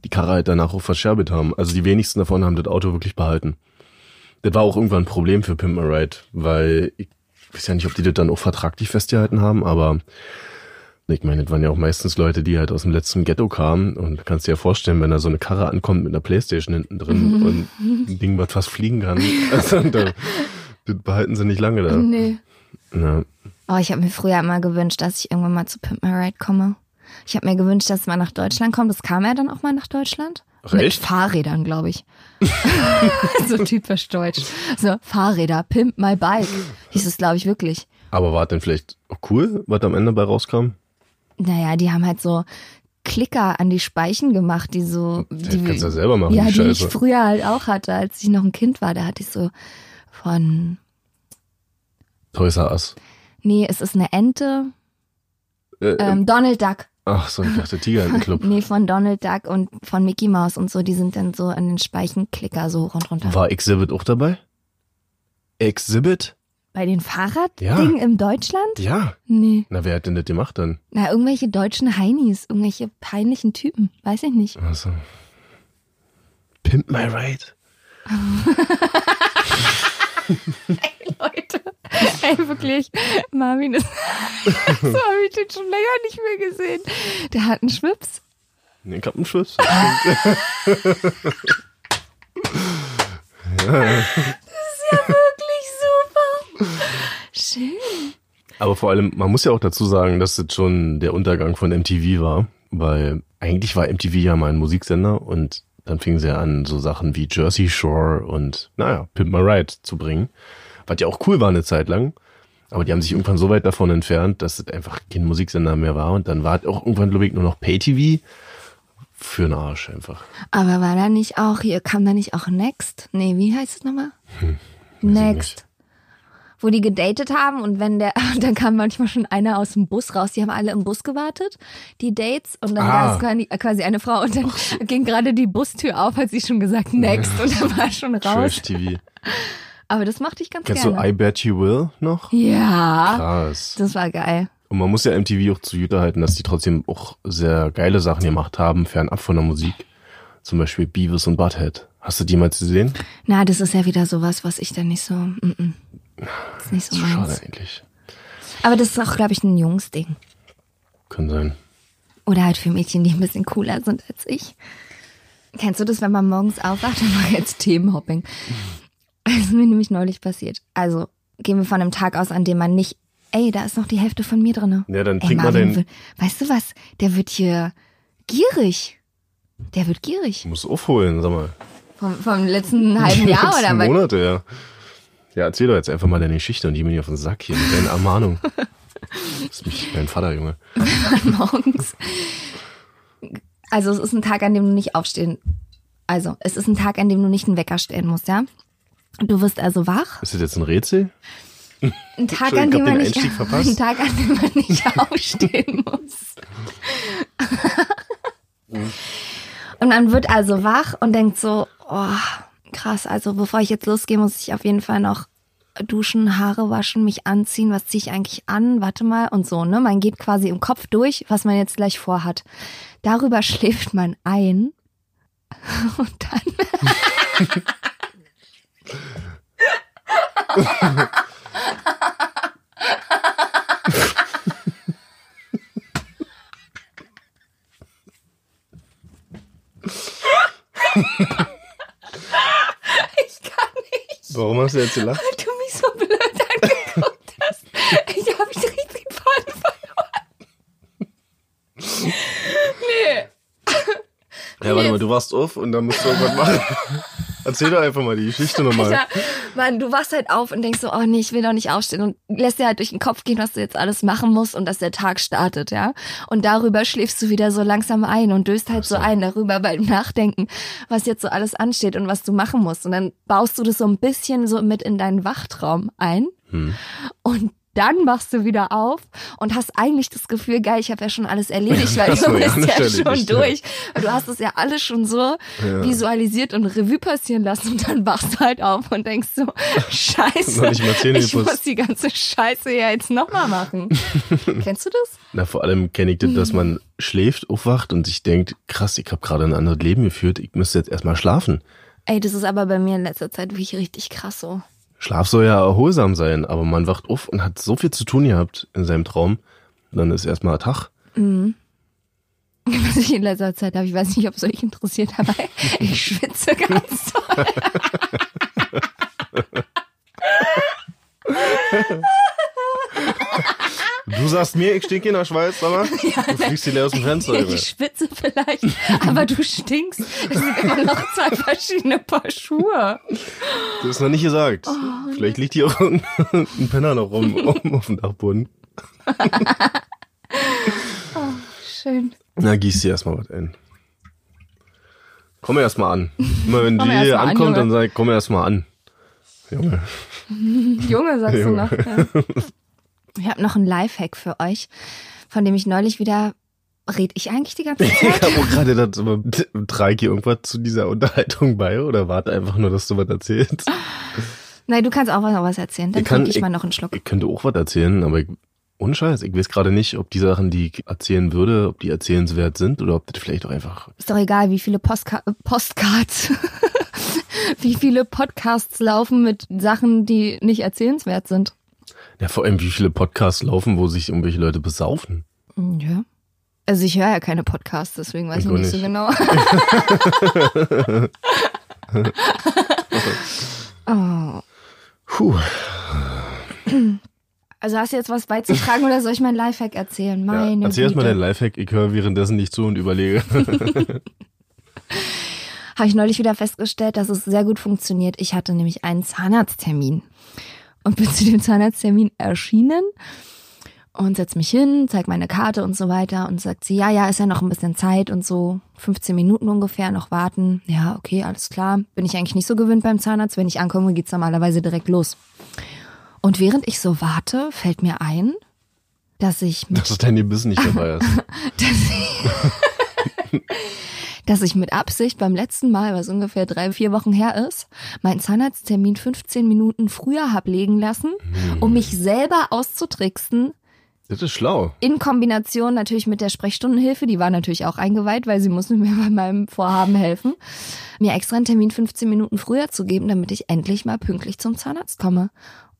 B: die Karre halt danach auch verscherbelt haben. Also die wenigsten davon haben das Auto wirklich behalten. Das war auch irgendwann ein Problem für Pimp My Ride, weil ich weiß ja nicht, ob die das dann auch vertraglich festgehalten haben, aber ich meine, das waren ja auch meistens Leute, die halt aus dem letzten Ghetto kamen und kannst dir ja vorstellen, wenn da so eine Karre ankommt mit einer Playstation hinten drin und ein Ding, was fast fliegen kann, also, dann, das behalten sie nicht lange da.
D: Nee.
B: Ja.
D: Oh, ich habe mir früher immer gewünscht, dass ich irgendwann mal zu Pimp My Ride komme. Ich habe mir gewünscht, dass es mal nach Deutschland kommt. Das kam ja dann auch mal nach Deutschland.
B: Ach,
D: Mit
B: echt?
D: Fahrrädern, glaube ich. so typisch deutsch. So, Fahrräder, Pimp My Bike. Hieß es, glaube ich, wirklich.
B: Aber war denn vielleicht auch cool, was am Ende bei rauskam?
D: Naja, die haben halt so Klicker an die Speichen gemacht, die so.
B: Das
D: Die,
B: kannst du ja selber machen,
D: ja,
B: die
D: die ich
B: Scheiße.
D: früher halt auch hatte, als ich noch ein Kind war. Da hatte ich so von.
B: Größer Ass.
D: Nee, es ist eine Ente.
B: Äh,
D: Ähm, Donald Duck.
B: Ach so, ich dachte Tiger im Club.
D: Nee, von Donald Duck und von Mickey Mouse und so. Die sind dann so an den Speichenklicker so rund runter.
B: War Exhibit auch dabei? Exhibit?
D: Bei den Fahrraddingen im Deutschland?
B: Ja.
D: Nee.
B: Na, wer hat denn das gemacht dann?
D: Na, irgendwelche deutschen Heinis, irgendwelche peinlichen Typen. Weiß ich nicht.
B: Also. Pimp my ride.
D: Leute, ey, wirklich, Marvin ist. so habe ich den schon länger nicht mehr gesehen. Der hat einen Schwips.
B: Nee, ich hab einen Schuss.
D: Wirklich super. Schön.
B: Aber vor allem, man muss ja auch dazu sagen, dass das schon der Untergang von MTV war, weil eigentlich war MTV ja mal ein Musiksender und dann fingen sie an, so Sachen wie Jersey Shore und, naja, Pimp My Ride zu bringen, was ja auch cool war eine Zeit lang. Aber die haben sich irgendwann so weit davon entfernt, dass es einfach kein Musiksender mehr war. Und dann war es auch irgendwann, glaube ich, nur noch Pay-TV. Für den Arsch einfach.
D: Aber war da nicht auch, hier kam da nicht auch Next? Nee, wie heißt es nochmal? Next. Wo die gedatet haben und wenn der, dann kam manchmal schon einer aus dem Bus raus, die haben alle im Bus gewartet, die Dates, und dann
B: Ah.
D: war es quasi- äh, quasi eine Frau und dann ging gerade die Bustür auf, hat sie schon gesagt, next, und dann war er schon raus.
B: Trash-TV.
D: Aber das mochte ich ganz
B: Kennst du
D: gerne.
B: I Bet You Will noch?
D: ja,
B: Krass.
D: das war geil.
B: Und man muss ja MTV auch zu Jüte halten, dass die trotzdem auch sehr geile Sachen gemacht haben, fernab von der Musik. Zum Beispiel Beavis und Butthead. Hast du die mal gesehen?
D: Na, das ist ja wieder sowas, was ich dann nicht so, mm -mm. ist nicht so
B: Ist schade
D: meins.
B: eigentlich.
D: Aber das ist auch, glaube ich, ein Jungsding.
B: Kann sein.
D: Oder halt für Mädchen, die ein bisschen cooler sind als ich. Kennst du das, wenn man morgens aufwacht und macht jetzt Themenhopping? Das ist mir nämlich neulich passiert. Also gehen wir von einem Tag aus, an dem man nicht, ey, da ist noch die Hälfte von mir drin.
B: Ja, dann trinkt man den-
D: Weißt du was? Der wird hier gierig. Der wird gierig.
B: Muss aufholen, sag mal.
D: Vom, vom letzten halben Jahr
B: Letzten
D: oder was?
B: Monate, ja. Ja, erzähl doch jetzt einfach mal deine Geschichte und die bin ich auf den Sack hier mit deinen Ermahnungen. Das ist mich mein Vater, Junge.
D: morgens. Also es ist ein Tag, an dem du nicht aufstehen. Also es ist ein Tag, an dem du nicht einen Wecker stellen musst, ja? Du wirst also wach.
B: Ist das jetzt ein Rätsel?
D: Ein Tag, an dem
B: Entschuldigung,
D: man
B: ich
D: nicht,
B: hab den Einstieg verpasst.
D: ein Tag, an dem man nicht aufstehen muss.
B: Mhm.
D: und man wird also wach und denkt so, oh, krass. Also bevor ich jetzt losgehe, muss ich auf jeden Fall noch duschen, Haare waschen, mich anziehen. Was ziehe ich eigentlich an? Warte mal und so. Ne, man geht quasi im Kopf durch, was man jetzt gleich vorhat. Darüber schläft man ein und dann ich kann nicht.
B: Warum hast du jetzt gelacht?
D: weil du mich so blöd angeguckt hast. Ich habe mich richtig voll
B: Ja, warte mal, du warst auf und dann musst du irgendwas machen. Erzähl doch einfach mal die Geschichte nochmal.
D: Alter, Mann, du wachst halt auf und denkst so, oh nee, ich will doch nicht aufstehen und lässt dir halt durch den Kopf gehen, was du jetzt alles machen musst und dass der Tag startet, ja. Und darüber schläfst du wieder so langsam ein und döst halt so ein darüber beim Nachdenken, was jetzt so alles ansteht und was du machen musst. Und dann baust du das so ein bisschen so mit in deinen Wachtraum ein.
B: Hm.
D: Und dann wachst du wieder auf und hast eigentlich das Gefühl, geil, ich habe ja schon alles erledigt, weil
B: Ach so,
D: du
B: ja,
D: bist ja
B: natürlich,
D: schon
B: stimmt.
D: durch. Und Du hast es ja alles schon so visualisiert und Revue passieren lassen und dann wachst du halt auf und denkst so, scheiße,
B: Noch nicht mal Zähne
D: ich muss
B: geputzt.
D: die ganze Scheiße ja jetzt nochmal machen. Kennst du das?
B: Na, vor allem kenne ich das,
D: Mhm.
B: dass man schläft, aufwacht und sich denkt, krass, ich habe gerade ein anderes Leben geführt, ich müsste jetzt erstmal schlafen.
D: Ey, das ist aber bei mir in letzter Zeit wirklich richtig krass so.
B: Schlaf soll ja erholsam sein, aber man wacht auf und hat so viel zu tun gehabt in seinem Traum, dann ist erstmal Tag.
D: Was ich in letzter Zeit habe, ich weiß nicht, ob es euch interessiert, aber ich schwitze ganz toll.
B: Du sagst mir, ich stinke in der Schweiz, sag mal. du fliegst dir leer aus dem Fenster. Junge.
D: Ich schwitze vielleicht, aber du stinkst. Es sind immer noch zwei verschiedene Paar Schuhe.
B: Das ist noch nicht gesagt.
D: Oh,
B: Vielleicht liegt hier auch ein, ein Penner noch rum oben auf dem Dachboden.
D: Schön.
B: Na, gieß dir erstmal was ein. Komm erstmal an. Immer wenn
D: Komm
B: die
D: erst
B: hier
D: mal an,
B: ankommt,
D: Junge.
B: dann sag ich, komm erstmal an. Junge.
D: Junge, sagst
B: Junge.
D: du noch. Ja. Ich habe noch einen Lifehack für euch, von dem ich neulich wieder. Red ich eigentlich die ganze
B: Ich
D: Zeit?
B: habe auch gerade gedacht, aber trage hier irgendwas zu dieser Unterhaltung bei oder warte einfach nur, dass du was erzählst?
D: Nein, du kannst auch noch was erzählen. Dann
B: Ich kann-
D: trinke ich, mal
B: ich-
D: noch einen Schluck.
B: Ich könnte auch was erzählen, aber ich, ohne Scheiß, ich weiß gerade nicht, ob die Sachen, die ich erzählen würde, ob die erzählenswert sind oder ob das vielleicht auch einfach
D: Ist doch egal, wie viele Postka äh, Postcards, wie viele Podcasts laufen mit Sachen, die nicht erzählenswert sind.
B: Ja, vor allem, wie viele Podcasts laufen, wo sich irgendwelche Leute besaufen.
D: Hm, Ja. Also ich höre ja keine Podcasts, deswegen
B: Ich
D: weiß ich
B: auch
D: nicht, so
B: nicht.
D: genau. oh.
B: Puh,
D: Also hast du jetzt was beizutragen oder soll ich mein Lifehack erzählen?
B: ja,
D: Meine
B: erzähl
D: Güte.
B: erstmal dein Lifehack, ich höre währenddessen nicht zu und überlege.
D: habe ich neulich wieder festgestellt, dass es sehr gut funktioniert. Ich hatte nämlich einen Zahnarzttermin. und bin zu dem Zahnarzttermin erschienen und setz mich hin, zeig meine Karte und so weiter und sagt sie, ja, ja, ist ja noch ein bisschen Zeit und so 15 Minuten ungefähr noch warten. Ja, okay, alles klar. Bin ich eigentlich nicht so gewöhnt beim Zahnarzt. Wenn ich ankomme, geht's normalerweise direkt los. Und während ich so warte, fällt mir ein, dass ich mit
B: Dass dein Gebissen nicht dabei ist.
D: dass ich mit Absicht beim letzten Mal, was ungefähr drei, vier Wochen her ist, meinen Zahnarzttermin 15 Minuten früher hab legen lassen, um mich selber auszutricksen.
B: Das ist schlau.
D: In Kombination natürlich mit der Sprechstundenhilfe, die war natürlich auch eingeweiht, weil sie musste mir bei meinem Vorhaben helfen, mir extra einen Termin 15 Minuten früher zu geben, damit ich endlich mal pünktlich zum Zahnarzt komme.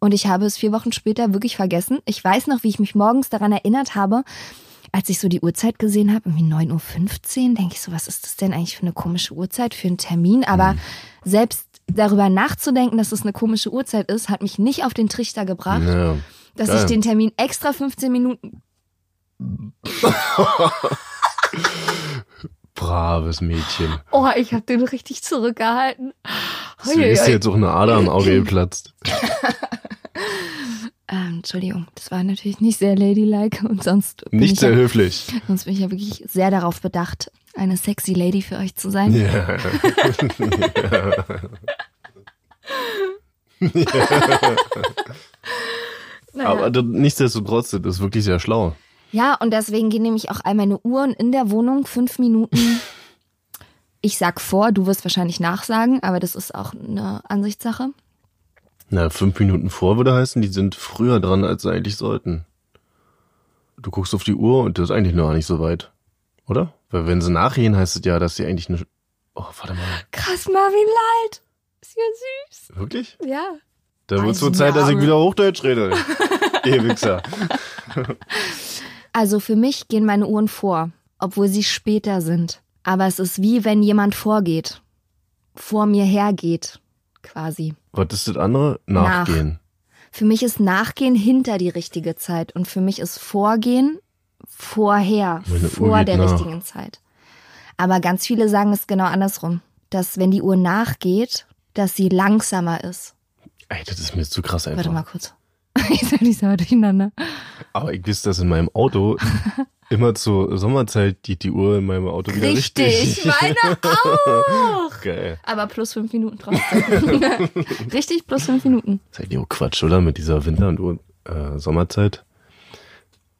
D: Und ich habe es vier Wochen später wirklich vergessen. Ich weiß noch, wie ich mich morgens daran erinnert habe, als ich so die Uhrzeit gesehen habe, irgendwie 9.15 Uhr, denke ich so, was ist das denn eigentlich für eine komische Uhrzeit für einen Termin? Aber selbst darüber nachzudenken, dass es eine komische Uhrzeit ist, hat mich nicht auf den Trichter gebracht,
B: Ja.
D: dass
B: geil.
D: ich den Termin extra 15 Minuten.
B: Braves Mädchen.
D: Oh, ich habe den richtig zurückgehalten.
B: Deswegen ist dir jetzt auch eine Ader am Auge geplatzt.
D: Ähm, Entschuldigung, das war natürlich nicht sehr ladylike und sonst bin,
B: Nicht
D: ich
B: sehr
D: ja,
B: höflich.
D: sonst bin ich ja wirklich sehr darauf bedacht, eine sexy Lady für euch zu sein.
B: Ja.
D: Naja.
B: Aber das, nichtsdestotrotz, das ist wirklich sehr schlau.
D: Ja, und deswegen gehen nämlich auch all meine Uhren in der Wohnung fünf Minuten. Ich sag vor, du wirst wahrscheinlich nachsagen, aber das ist auch eine Ansichtssache.
B: Na, fünf Minuten vor würde heißen, die sind früher dran, als sie eigentlich sollten. Du guckst auf die Uhr und das ist eigentlich noch gar nicht so weit. Oder? Weil wenn sie nachgehen, heißt es ja, dass sie eigentlich eine. Oh, warte mal.
D: Krass, Marvin Leid. Ist ja süß.
B: Wirklich?
D: Ja.
B: Da wird's wohl
D: Eisenarme.
B: Zeit, dass ich wieder Hochdeutsch rede. Ihr Wichser.
D: Also für mich gehen meine Uhren vor, obwohl sie später sind. Aber es ist wie wenn jemand vorgeht. Vor mir hergeht, quasi.
B: Was ist das andere? Nachgehen.
D: Für mich ist Nachgehen hinter die richtige Zeit und für mich ist Vorgehen vorher,
B: Meine Uhr
D: vor
B: geht
D: der
B: nach.
D: richtigen Zeit. Aber ganz viele sagen es genau andersrum, dass wenn die Uhr nachgeht, dass sie langsamer ist.
B: Ey, das ist mir zu krass
D: Warte mal
B: einfach.
D: kurz. Ich sag die Sache durcheinander.
B: Aber ich wüsste, dass in meinem Auto immer zur Sommerzeit geht die Uhr in meinem Auto wieder richtig.
D: Richtig, meine auch.
B: Geil.
D: Aber plus fünf Minuten trotzdem. Richtig, plus fünf Minuten.
B: Das ist eigentlich auch Quatsch, oder? Mit dieser Winter- und Uhr- äh, Sommerzeit.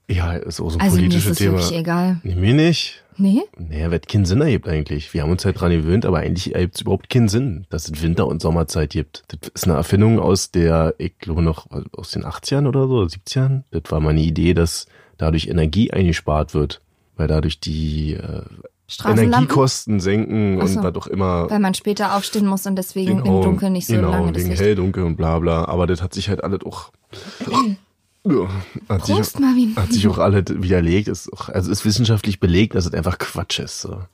B: Ja, ist auch so ein
D: Also mir ist
B: politisches
D: es
B: Thema.
D: wirklich egal.
B: Nee, mir nicht.
D: Nee?
B: Naja, wird keinen Sinn ergibt eigentlich. Wir haben uns halt dran gewöhnt, aber eigentlich ergibt es überhaupt keinen Sinn, dass es Winter- und Sommerzeit gibt. Das ist eine Erfindung aus der, ich glaube noch, aus den 80ern oder so, 70ern. Das war mal eine Idee, dass dadurch Energie eingespart wird, weil dadurch die äh,
D: Straßenlampen,
B: Energiekosten senken
D: Ach so.
B: und was auch immer.
D: weil man später aufstehen muss und deswegen im Dunkeln nicht so
B: genau,
D: lange das
B: wegen
D: Licht.
B: hell, dunkel und bla bla. Aber das hat sich halt alles auch... Ja, hat sich
D: Prost, Marvin.
B: hat sich auch alle widerlegt. Ist auch, also ist wissenschaftlich belegt, dass es einfach Quatsch ist. So.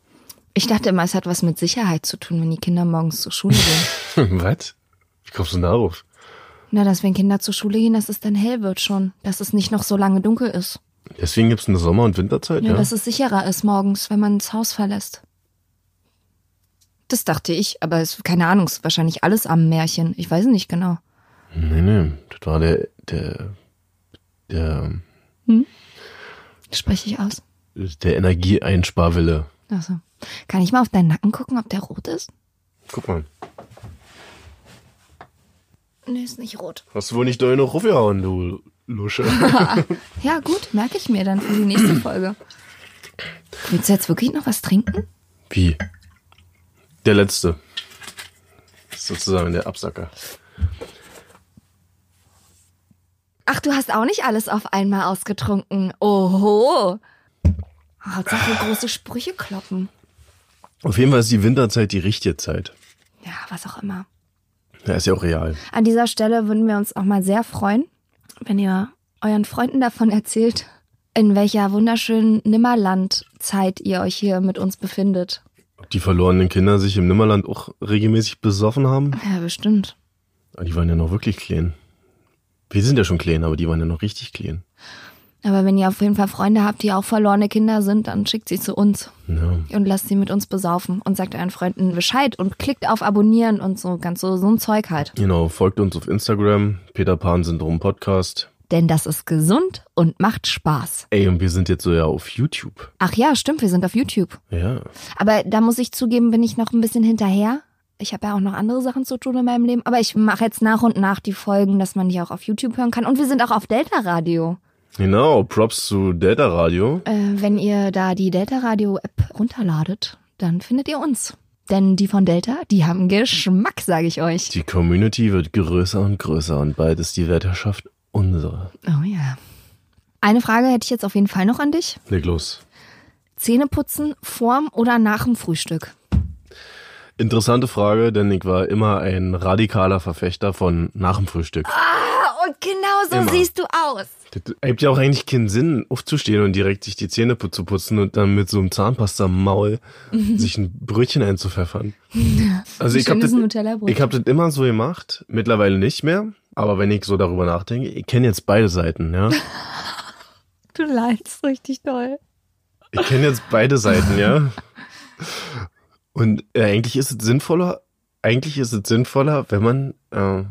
D: Ich dachte immer, es hat was mit Sicherheit zu tun, wenn die Kinder morgens zur Schule gehen.
B: Was? Wie kommst du denn darauf?
D: Na, dass wenn Kinder zur Schule gehen, dass es dann hell wird schon, dass es nicht noch so lange dunkel ist.
B: Deswegen gibt's eine Sommer- und Winterzeit,
D: Ja,
B: ja?
D: dass es sicherer ist morgens, wenn man das Haus verlässt. Das dachte ich, aber es, keine Ahnung, es ist wahrscheinlich alles am Märchen. Ich weiß nicht genau.
B: Nee, nee. Das war der, der, der,
D: Spreche ich aus.
B: der Energieeinsparwille.
D: Also, kann ich mal auf deinen Nacken gucken, ob der rot ist?
B: Guck mal.
D: Nee, ist nicht rot.
B: Hast du wohl nicht doll genug raufgehauen, du Lusche.
D: Ja, gut, merke ich mir dann für die nächste Folge. Willst du jetzt wirklich noch was trinken?
B: Wie? Der letzte. Ist sozusagen der Absacker.
D: Ach, du hast auch nicht alles auf einmal ausgetrunken. Oho. Hauptsache große Sprüche kloppen.
B: Auf jeden Fall ist die Winterzeit die richtige Zeit.
D: Ja, was auch immer.
B: Ja, ist ja auch real.
D: An dieser Stelle würden wir uns auch mal sehr freuen, wenn ihr euren Freunden davon erzählt, in welcher wunderschönen Nimmerland-Zeit ihr euch hier mit uns befindet.
B: Ob die verlorenen Kinder sich im Nimmerland auch regelmäßig besoffen haben?
D: Ja, bestimmt.
B: Ah, Die waren ja noch wirklich klein. Wir sind ja schon klein, aber die waren ja noch richtig klein.
D: Aber wenn ihr auf jeden Fall Freunde habt, die auch verlorene Kinder sind, dann schickt sie zu uns
B: Ja.
D: und lasst sie mit uns besaufen und sagt euren Freunden Bescheid und klickt auf Abonnieren und so ganz so, so ein Zeug halt.
B: Genau, folgt uns auf Instagram, Peter Pan Syndrom Podcast.
D: Denn das ist gesund und macht Spaß.
B: Ey, und wir sind jetzt so ja auf YouTube.
D: Ach ja, stimmt, wir sind auf YouTube.
B: Ja.
D: Aber da muss ich zugeben, bin ich noch ein bisschen hinterher. Ich habe ja auch noch andere Sachen zu tun in meinem Leben. Aber ich mache jetzt nach und nach die Folgen, dass man die auch auf YouTube hören kann. Und wir sind auch auf Delta Radio.
B: Genau, Props zu Delta Radio.
D: Äh, wenn ihr da die Delta Radio App runterladet, dann findet ihr uns. Denn die von Delta, die haben Geschmack, sage ich euch.
B: Die Community wird größer und größer und bald ist die Wetterschaft unsere.
D: Oh ja. Eine Frage hätte ich jetzt auf jeden Fall noch an dich.
B: Leg los.
D: Zähne putzen vorm oder nach dem Frühstück?
B: Interessante Frage, denn ich war immer ein radikaler Verfechter von nach dem Frühstück.
D: Und genau so
B: Immer.
D: siehst du aus.
B: Das ergibt ja auch eigentlich keinen Sinn, aufzustehen und direkt sich die Zähne put- zu putzen und dann mit so einem Zahnpasta im Maul sich ein Brötchen einzupfeffern. Also ich habe
D: Schönes
B: das,
D: Nutella-Brot.
B: ich hab das immer so gemacht, mittlerweile nicht mehr, aber wenn ich so darüber nachdenke, ich kenne jetzt beide Seiten, ja.
D: Du leidest richtig doll.
B: Ich kenne jetzt beide Seiten, ja. Und äh, eigentlich ist es sinnvoller, eigentlich ist es sinnvoller, wenn man äh,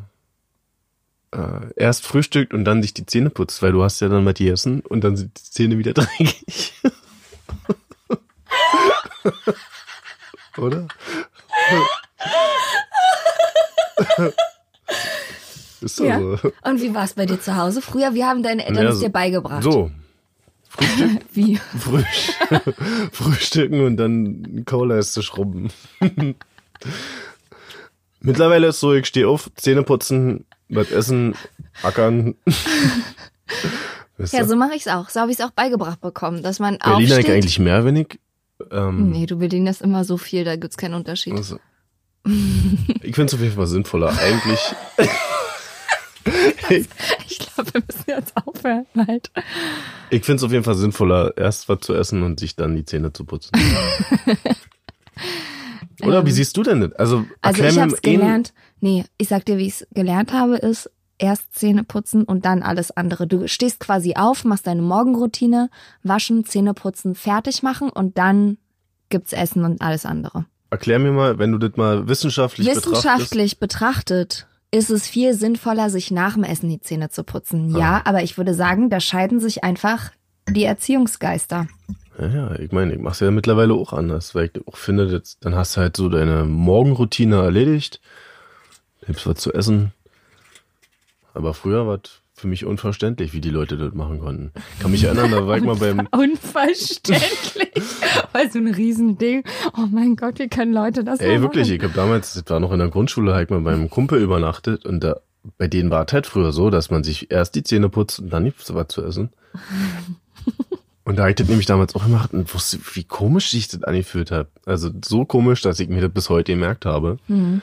B: äh, erst frühstückt und dann sich die Zähne putzt, weil du hast ja dann mal die Essen und dann sind die Zähne wieder dreckig. Oder? ist doch
D: Ja.
B: so.
D: Und wie war es bei dir zu Hause? Früher, wir haben deine Eltern
B: Ja,
D: es
B: so-
D: dir beigebracht.
B: So,
D: Wie?
B: Frühst Frühstücken und dann Cola ist zu schrubben. Mittlerweile ist so, ich stehe auf, Zähne putzen, was essen, ackern. Weißt
D: Ja,
B: du?
D: so mache ich es auch. So habe ich es auch beigebracht bekommen, dass man
B: Berliner ich
D: aufsteht.
B: eigentlich mehr, wenn ich. Ähm,
D: Nee, du Berliners immer so viel, da gibt's keinen Unterschied.
B: also, ich finde es auf jeden Fall sinnvoller. Eigentlich,
D: Ich glaube, wir müssen jetzt aufhören halt.
B: ich finde es auf jeden Fall sinnvoller, erst was zu essen und sich dann die Zähne zu putzen. Oder wie siehst du denn das? Also,
D: Ähm, Also
B: erklär
D: ich
B: mir
D: habe es
B: einen-
D: gelernt. Nee, ich sag dir, wie ich es gelernt habe, ist erst Zähne putzen und dann alles andere. Du stehst quasi auf, machst deine Morgenroutine, waschen, Zähne putzen, fertig machen und dann gibt's Essen und alles andere.
B: Erklär mir mal, wenn du das mal wissenschaftlich,
D: Wissenschaftlich betrachtet ist es viel sinnvoller, sich nach dem Essen die Zähne zu putzen. Ja, aber ich würde sagen, da scheiden sich einfach die Erziehungsgeister.
B: betrachtest. Ja, ja, ich meine, ich mach's ja mittlerweile auch anders, weil ich auch finde, das, dann hast du halt so deine Morgenroutine erledigt, nimmst was zu essen. Aber früher war das für mich unverständlich, wie die Leute das machen konnten. Kann mich erinnern, da war ich mal beim,
D: Unverständlich. Weil so ein Riesending. Oh mein Gott, wie können Leute das
B: ey, wirklich, ich habe damals, das war noch in der Grundschule, hab ich mal bei meinem Kumpel übernachtet und da, bei denen war es halt früher so, dass man sich erst die Zähne putzt und dann gibt's was zu essen. Und da hab ich das nämlich damals auch gemacht und wusste, wie komisch sich das angefühlt hat. Also so komisch, dass ich mir das bis heute gemerkt habe.
D: Mhm.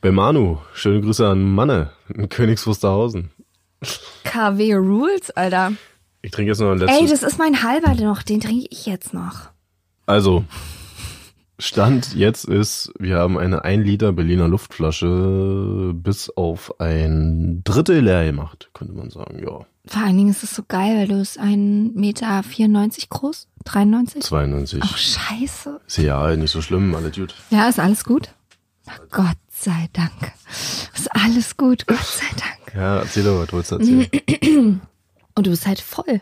B: Bei Manu, schöne Grüße an Manne in Königs Wusterhausen.
D: KW Rules, Alter.
B: Ich trinke jetzt noch ein
D: Ey,
B: letztes.
D: das ist mein halber noch. Den trinke ich jetzt noch.
B: also, Stand jetzt ist, wir haben eine 1 Liter Berliner Luftflasche bis auf ein Drittel leer gemacht, könnte man sagen. Ja,
D: Vor allen Dingen ist es so geil, weil du bist 1,94 Meter groß. 93?
B: 92.
D: Oh, scheiße.
B: Ist ja nicht so schlimm, alles gut.
D: Ja, ist alles gut? Na, Gott sei Dank. Ist alles gut, Gott sei Dank.
B: Ja, erzähl doch, was du wolltest erzählen.
D: Und du bist halt voll.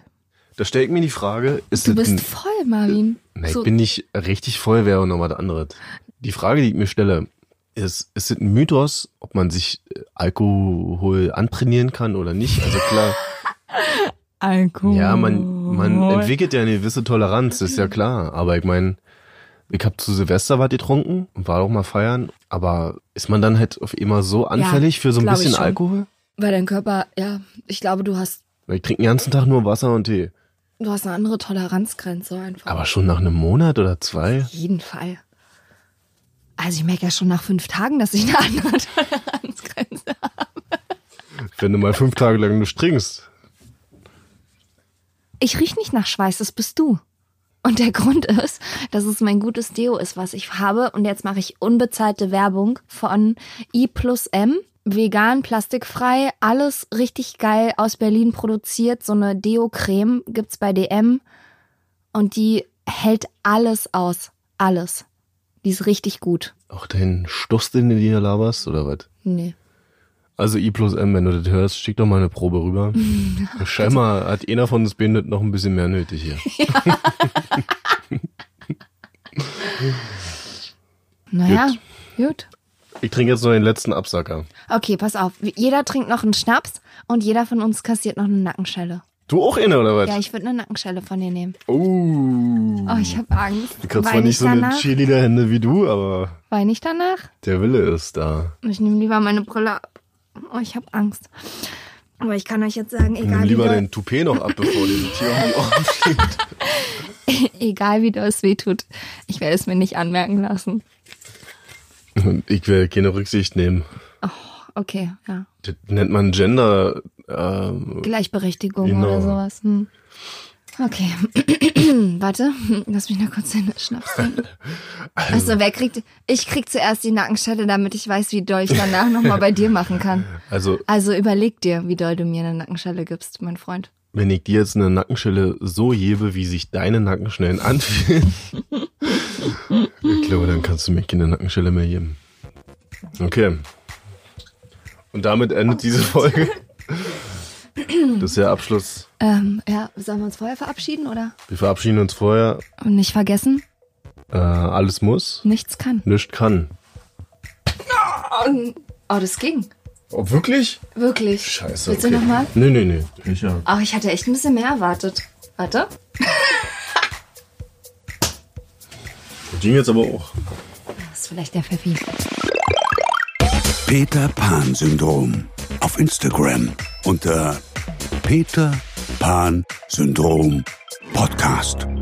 B: Da stelle ich mir die Frage, ist
D: Du
B: das ein-
D: bist voll, Marvin.
B: Na, ich
D: So-
B: bin nicht richtig voll, wäre nochmal das andere. Die Frage, die ich mir stelle, ist, ist es ein Mythos, ob man sich äh, Alkohol antrainieren kann oder nicht? Also klar,
D: Alkohol.
B: ja, man, man entwickelt ja eine gewisse Toleranz, ist ja klar. Aber ich meine, ich habe zu Silvester was getrunken und war auch mal feiern. Aber ist man dann halt auf immer so anfällig für so ein
D: glaub ich
B: bisschen
D: schon.
B: Alkohol?
D: Weil dein Körper, ja, ich glaube, du hast,
B: Weil ich trinke den ganzen Tag nur Wasser und Tee.
D: du hast eine andere Toleranzgrenze einfach.
B: Aber schon nach einem Monat oder zwei?
D: Auf jeden Fall. Also ich merke ja schon nach fünf Tagen, dass ich eine andere Toleranzgrenze habe.
B: Wenn du mal fünf Tage lang nichts trinkst.
D: Ich riech nicht nach Schweiß, das bist du. Und der Grund ist, dass es mein gutes Deo ist, was ich habe. Und jetzt mache ich unbezahlte Werbung von I plus M. vegan, plastikfrei, alles richtig geil aus Berlin produziert. So eine Deo-Creme gibt's bei DM und die hält alles aus. Alles. Die ist richtig gut.
B: Auch dein Stuss, den du dir laberst, oder was?
D: Nee.
B: Also I plus M, wenn du das hörst, schick doch mal eine Probe rüber. Scheinbar hat einer von uns Bindet noch ein bisschen mehr nötig hier.
D: Naja, gut.
B: Ich trinke jetzt noch den letzten Absacker.
D: Okay, pass auf. Jeder trinkt noch einen Schnaps und jeder von uns kassiert noch eine Nackenschelle.
B: Du auch eine, oder was?
D: Ja, ich würde eine Nackenschelle von dir nehmen.
B: Oh.
D: Oh, ich habe Angst.
B: Du kriegst
D: Wein
B: zwar nicht
D: ich
B: so eine
D: danach?
B: Cheerleader-Hände wie du, aber
D: Wein ich danach?
B: der Wille ist da.
D: Ich nehme lieber meine Brille ab. Oh, ich habe Angst. Aber ich kann euch jetzt sagen, e-
B: Nimm
D: egal wie,
B: lieber
D: doll-
B: den Toupet noch ab, bevor dir das Tier um die Ohren fliegt.
D: egal wie doll es weh tut, ich werde es mir nicht anmerken lassen.
B: Und ich werde keine Rücksicht nehmen.
D: Okay, ja.
B: Das nennt man Gender. Ähm,
D: Gleichberechtigung
B: Genau.
D: oder sowas. Hm. Okay, warte, lass mich noch kurz den Schnaps trinken. Also, wer kriegt, ich krieg zuerst die Nackenschelle, damit ich weiß, wie doll ich danach nochmal bei dir machen kann.
B: also,
D: Also überleg dir, wie doll du mir eine Nackenschelle gibst, mein Freund.
B: wenn ich dir jetzt eine Nackenschelle so gebe, wie sich deine Nackenschellen anfühlen, ich glaube, dann kannst du mir keine Nackenschelle mehr geben. Okay. Und damit endet diese Folge. Das ist der Abschluss.
D: Ähm, ja, sollen wir uns vorher verabschieden oder?
B: Wir verabschieden uns vorher.
D: Und nicht vergessen,
B: Äh, alles muss,
D: nichts kann.
B: nichts kann.
D: Oh, das ging.
B: Oh, wirklich?
D: Wirklich.
B: Scheiße.
D: Willst
B: okay.
D: du nochmal?
B: Nee, nee, nee. Ich ja.
D: Ach, ich hatte echt ein bisschen mehr erwartet. Warte.
B: Das ging jetzt aber auch.
D: Das ist vielleicht der Pfeffi.
E: Peter Pan Syndrom auf Instagram unter Peter Pan Syndrom Podcast.